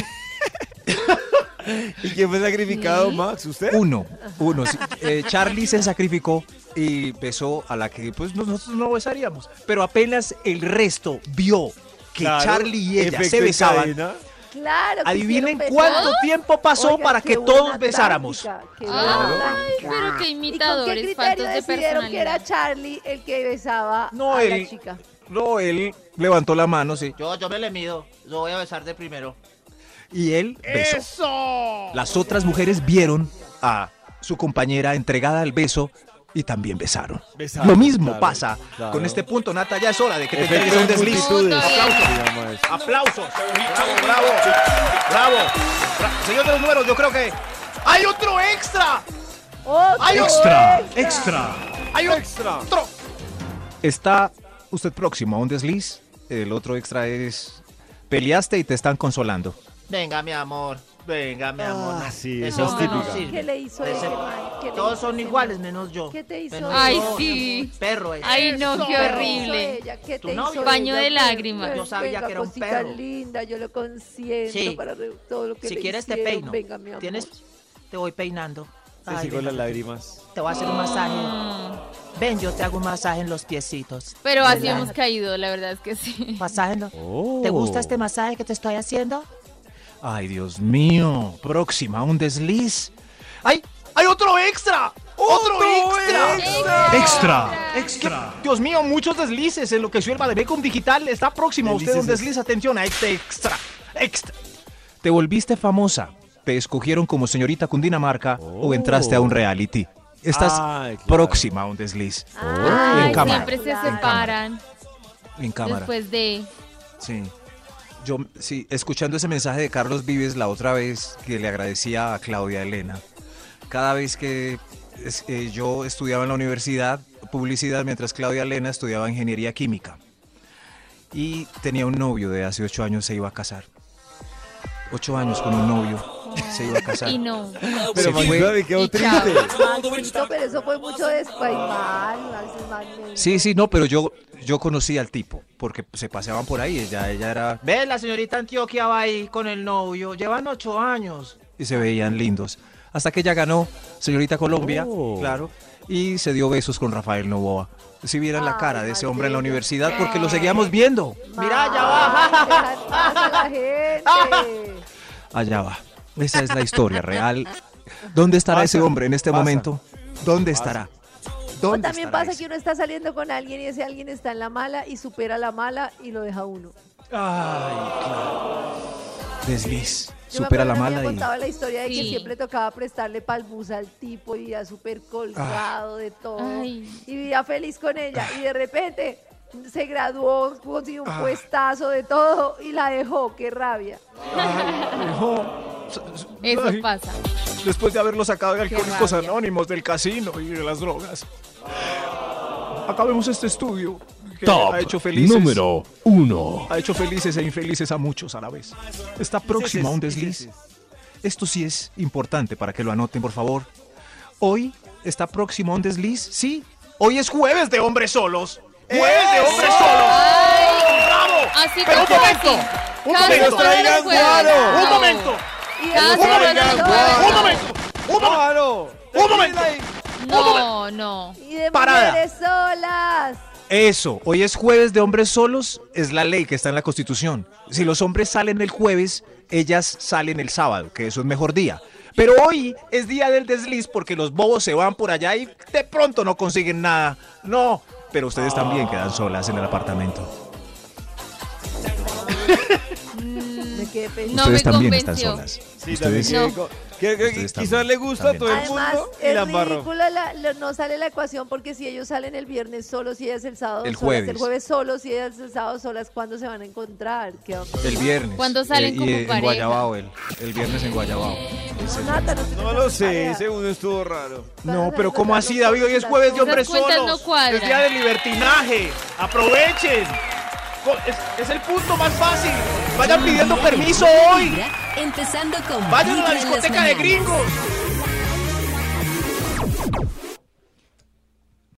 [SPEAKER 2] ¿Y quién fue sacrificado, Max? ¿Usted?
[SPEAKER 3] Uno, uno. sí. Eh, Charlie se sacrificó y besó a la que pues no- nosotros no besaríamos. Pero apenas el resto vio que
[SPEAKER 2] Claro,
[SPEAKER 3] Charlie y ella
[SPEAKER 2] efecto
[SPEAKER 3] se
[SPEAKER 2] en
[SPEAKER 3] besaban.
[SPEAKER 2] cadena.
[SPEAKER 5] Claro.
[SPEAKER 3] Adivinen
[SPEAKER 5] quisieron
[SPEAKER 3] cuánto
[SPEAKER 5] besar.
[SPEAKER 3] tiempo pasó
[SPEAKER 5] Oiga,
[SPEAKER 3] para
[SPEAKER 5] qué
[SPEAKER 3] que
[SPEAKER 5] buena
[SPEAKER 3] todos besáramos.
[SPEAKER 5] táctica, qué buena
[SPEAKER 4] Ay,
[SPEAKER 5] táctica.
[SPEAKER 4] pero qué
[SPEAKER 5] ¿Y con qué
[SPEAKER 4] Ah, imitadores, faltos
[SPEAKER 5] criterio
[SPEAKER 4] de
[SPEAKER 5] decidieron que
[SPEAKER 4] personalidad.
[SPEAKER 5] era Charlie el que besaba
[SPEAKER 3] No,
[SPEAKER 5] a
[SPEAKER 3] el-
[SPEAKER 5] la chica?
[SPEAKER 3] No, él levantó la mano, sí.
[SPEAKER 8] Yo, yo me le mido. Yo voy a besar de primero.
[SPEAKER 3] Y él besó.
[SPEAKER 6] ¡Eso!
[SPEAKER 3] Las otras mujeres vieron a su compañera entregada al beso y también besaron.
[SPEAKER 2] Besaron,
[SPEAKER 3] Lo mismo
[SPEAKER 2] claro,
[SPEAKER 3] pasa
[SPEAKER 2] claro.
[SPEAKER 3] con este punto, Nata. Ya es hora de que te
[SPEAKER 2] Efecto
[SPEAKER 3] entregues a un
[SPEAKER 2] en
[SPEAKER 3] desliz.
[SPEAKER 2] multitudes.
[SPEAKER 4] Aplausos.
[SPEAKER 2] Digamos eso.
[SPEAKER 6] ¡Aplausos! ¡Bravo, bravo! ¡Bravo! Bra- Señor de los números, yo creo que... ¡Hay otro extra!
[SPEAKER 5] ¡Otro
[SPEAKER 6] Ay, ¡Hay otro
[SPEAKER 2] Extra.
[SPEAKER 6] extra!
[SPEAKER 3] ¿Está usted próximo a un desliz? El otro extra es peleaste y te están consolando.
[SPEAKER 8] Venga, mi amor. Venga, mi amor.
[SPEAKER 2] Ah, sí,
[SPEAKER 8] Eso
[SPEAKER 2] esa es
[SPEAKER 8] que no
[SPEAKER 2] típica.
[SPEAKER 8] sirve.
[SPEAKER 5] ¿Qué le hizo
[SPEAKER 8] Ese-
[SPEAKER 5] ese man? ¿Qué le
[SPEAKER 8] Todos
[SPEAKER 5] hizo
[SPEAKER 8] son
[SPEAKER 5] ese
[SPEAKER 8] iguales,
[SPEAKER 5] man?
[SPEAKER 8] menos yo.
[SPEAKER 5] ¿Qué te hizo
[SPEAKER 8] Menos
[SPEAKER 4] Ay,
[SPEAKER 8] yo,
[SPEAKER 4] sí.
[SPEAKER 8] un Perro ese.
[SPEAKER 4] Ay, no, qué
[SPEAKER 5] ¿Qué te
[SPEAKER 4] horrible.
[SPEAKER 5] hizo ella? ¿Qué
[SPEAKER 8] Tu
[SPEAKER 5] te
[SPEAKER 8] novio.
[SPEAKER 5] hizo
[SPEAKER 4] Baño
[SPEAKER 5] ella?
[SPEAKER 4] de lágrimas.
[SPEAKER 5] Pues,
[SPEAKER 8] Yo sabía
[SPEAKER 5] venga,
[SPEAKER 8] que era un
[SPEAKER 5] cosita
[SPEAKER 8] perro.
[SPEAKER 5] linda, yo lo consiento
[SPEAKER 8] Sí.
[SPEAKER 5] para re- todo lo que
[SPEAKER 8] Si
[SPEAKER 5] le
[SPEAKER 8] quieres te
[SPEAKER 5] hicieron.
[SPEAKER 8] peino.
[SPEAKER 5] Venga, mi amor.
[SPEAKER 8] Tienes, te voy peinando.
[SPEAKER 2] Se
[SPEAKER 8] Ay,
[SPEAKER 2] sigo las
[SPEAKER 8] déjame-
[SPEAKER 2] lágrimas.
[SPEAKER 8] Te voy a hacer un masaje. Ven, yo te hago un masaje en los piecitos.
[SPEAKER 4] Pero así
[SPEAKER 8] Relájate.
[SPEAKER 4] hemos caído, la verdad es que sí.
[SPEAKER 8] Masaje en los- ¿Te gusta este masaje que te estoy haciendo?
[SPEAKER 3] Ay, Dios mío, próxima a un desliz.
[SPEAKER 6] ¡Hay, hay otro extra! ¡Otro, extra!
[SPEAKER 3] Extra.
[SPEAKER 6] Extra. Dios mío, muchos deslices en lo que sirva de Becom Digital. Está próximo a usted un
[SPEAKER 2] Deslices.
[SPEAKER 6] desliz. Atención a este extra. Extra.
[SPEAKER 3] Te volviste famosa. Te escogieron como señorita Cundinamarca o entraste a un reality. Estás
[SPEAKER 2] Oh. Ay, claro.
[SPEAKER 3] próxima a un desliz.
[SPEAKER 5] Ay,
[SPEAKER 3] Oh, en cámara.
[SPEAKER 4] siempre se
[SPEAKER 5] Claro.
[SPEAKER 4] separan
[SPEAKER 3] En cámara.
[SPEAKER 4] después de...
[SPEAKER 3] Sí. Yo, sí, escuchando ese mensaje de Carlos Vives la otra vez que le agradecía a Claudia Elena. Cada vez que es- eh, yo estudiaba en la universidad, publicidad, mientras Claudia Elena estudiaba ingeniería química. Y tenía un novio de hace ocho años, se iba a casar. Ocho años con un novio, se iba a casar.
[SPEAKER 4] (laughs) Y no.
[SPEAKER 3] Se fue.
[SPEAKER 2] Pero Max, me quedó
[SPEAKER 4] Y
[SPEAKER 2] triste.
[SPEAKER 5] Maxito, pero eso fue mucho despaimán. Maxi, man,
[SPEAKER 3] Sí, sí, no, pero yo, yo conocí al tipo, porque se paseaban por ahí, ella, ella era
[SPEAKER 8] Ve, la señorita Antioquia va ahí con el novio. Llevan ocho años.
[SPEAKER 3] y se veían lindos. Hasta que ella ganó, señorita Colombia, claro, y se dio besos con Rafael Novoa. Si vieran la
[SPEAKER 5] Ay,
[SPEAKER 3] cara de ese hombre en la
[SPEAKER 5] Andrea.
[SPEAKER 3] universidad, porque lo seguíamos viendo.
[SPEAKER 5] Mira, ya va.
[SPEAKER 4] (laughs)
[SPEAKER 5] la gente.
[SPEAKER 3] Allá va. Esa es la historia real. ¿Dónde estará
[SPEAKER 2] Pasa,
[SPEAKER 3] ese hombre en este
[SPEAKER 2] pasa.
[SPEAKER 3] momento? ¿Dónde estará?
[SPEAKER 5] O
[SPEAKER 3] ¿Dónde
[SPEAKER 5] Pues también
[SPEAKER 3] estará
[SPEAKER 5] pasa
[SPEAKER 3] ese?
[SPEAKER 5] que uno está saliendo con alguien y ese alguien está en la mala y supera la mala y lo deja uno.
[SPEAKER 3] Ay, claro. Desliz.
[SPEAKER 5] Yo me
[SPEAKER 3] Supera la
[SPEAKER 5] acuerdo que
[SPEAKER 3] mala
[SPEAKER 5] me
[SPEAKER 3] y...
[SPEAKER 5] contaba la historia de que
[SPEAKER 4] Sí.
[SPEAKER 5] siempre tocaba prestarle palbusa al tipo y ya súper colgado de todo.
[SPEAKER 4] Ay.
[SPEAKER 5] Y vivía feliz con ella. Y de repente, se graduó, consiguió un
[SPEAKER 3] Ah.
[SPEAKER 5] puestazo de todo y la dejó, qué rabia.
[SPEAKER 4] Eso
[SPEAKER 3] Ay.
[SPEAKER 4] pasa.
[SPEAKER 3] Después de haberlo sacado de
[SPEAKER 4] Qué
[SPEAKER 3] Alcohólicos
[SPEAKER 4] rabia.
[SPEAKER 3] Anónimos, del casino y de las drogas. Acabemos este estudio que
[SPEAKER 7] Top
[SPEAKER 3] ha hecho felices.
[SPEAKER 7] número 1.
[SPEAKER 3] Ha hecho felices e infelices a muchos a la vez. Está próximo a un desliz. Esto sí es importante para que lo anoten, por favor. Hoy está próximo a un desliz, sí. Hoy es jueves de hombres solos. Jueves de hombres solos.
[SPEAKER 4] Ay,
[SPEAKER 6] ¡Bravo!
[SPEAKER 4] así
[SPEAKER 6] Pero un
[SPEAKER 4] que casi.
[SPEAKER 6] momento, un
[SPEAKER 4] Casi
[SPEAKER 6] momento.
[SPEAKER 4] todos los
[SPEAKER 2] Traigan
[SPEAKER 4] jueves.
[SPEAKER 2] guaro.
[SPEAKER 4] No.
[SPEAKER 6] Un momento,
[SPEAKER 5] Y
[SPEAKER 4] Ya
[SPEAKER 5] así
[SPEAKER 6] un
[SPEAKER 4] se
[SPEAKER 5] fueron
[SPEAKER 4] van
[SPEAKER 6] momento,
[SPEAKER 4] a
[SPEAKER 5] todas.
[SPEAKER 6] un momento, un momento.
[SPEAKER 2] ¡Claro!
[SPEAKER 6] Un momento.
[SPEAKER 4] No, no.
[SPEAKER 5] Y de
[SPEAKER 3] Parada.
[SPEAKER 5] mujeres solas.
[SPEAKER 3] Eso, hoy es jueves de hombres solos, es la ley que está en la Constitución. Si los hombres salen el jueves, ellas salen el sábado, que eso es mejor día. Pero hoy es día del desliz porque los bobos se van por allá y de pronto no consiguen nada. No, pero ustedes también quedan solas en el apartamento.
[SPEAKER 5] Me quedé pensando.
[SPEAKER 4] No
[SPEAKER 3] ustedes
[SPEAKER 4] me
[SPEAKER 3] también están
[SPEAKER 4] convenció.
[SPEAKER 3] solas.
[SPEAKER 2] Sí,
[SPEAKER 3] ustedes
[SPEAKER 4] No.
[SPEAKER 2] también. Que, que- que
[SPEAKER 3] Ustedes
[SPEAKER 2] quizás
[SPEAKER 3] también,
[SPEAKER 2] le gusta a
[SPEAKER 3] también.
[SPEAKER 2] todo el
[SPEAKER 5] Además,
[SPEAKER 2] mundo y
[SPEAKER 5] es
[SPEAKER 2] la embarró.
[SPEAKER 5] ridícula, la- lo- no sale la ecuación porque si ellos salen el viernes solos y ellas el sábado
[SPEAKER 3] El
[SPEAKER 5] solas, el
[SPEAKER 3] jueves.
[SPEAKER 5] jueves solos y ellas el sábado solas, ¿cuándo se van a encontrar? ¿Qué onda?
[SPEAKER 3] el viernes. Eh,
[SPEAKER 4] ¿Cuándo salen
[SPEAKER 3] y
[SPEAKER 4] como
[SPEAKER 3] en
[SPEAKER 4] pareja?
[SPEAKER 3] Guayabao, el, el viernes en Guayabao. Es el
[SPEAKER 5] Nata, no, te
[SPEAKER 2] No
[SPEAKER 5] metas
[SPEAKER 2] lo
[SPEAKER 5] con
[SPEAKER 2] sé,
[SPEAKER 5] tarea.
[SPEAKER 2] ese uno estuvo raro.
[SPEAKER 3] No, pero ¿cómo así, David? Hoy es jueves de
[SPEAKER 4] Esas
[SPEAKER 3] hombres
[SPEAKER 4] cuentas
[SPEAKER 3] solos.
[SPEAKER 4] no cuadran.
[SPEAKER 6] Es día de libertinaje. Aprovechen. Co- Es, es el punto más fácil. Vayan pidiendo permiso hoy.
[SPEAKER 1] Vibra, empezando con
[SPEAKER 6] Vayan a la
[SPEAKER 1] Vibra en las
[SPEAKER 6] discoteca de
[SPEAKER 1] mañanas.
[SPEAKER 6] gringos.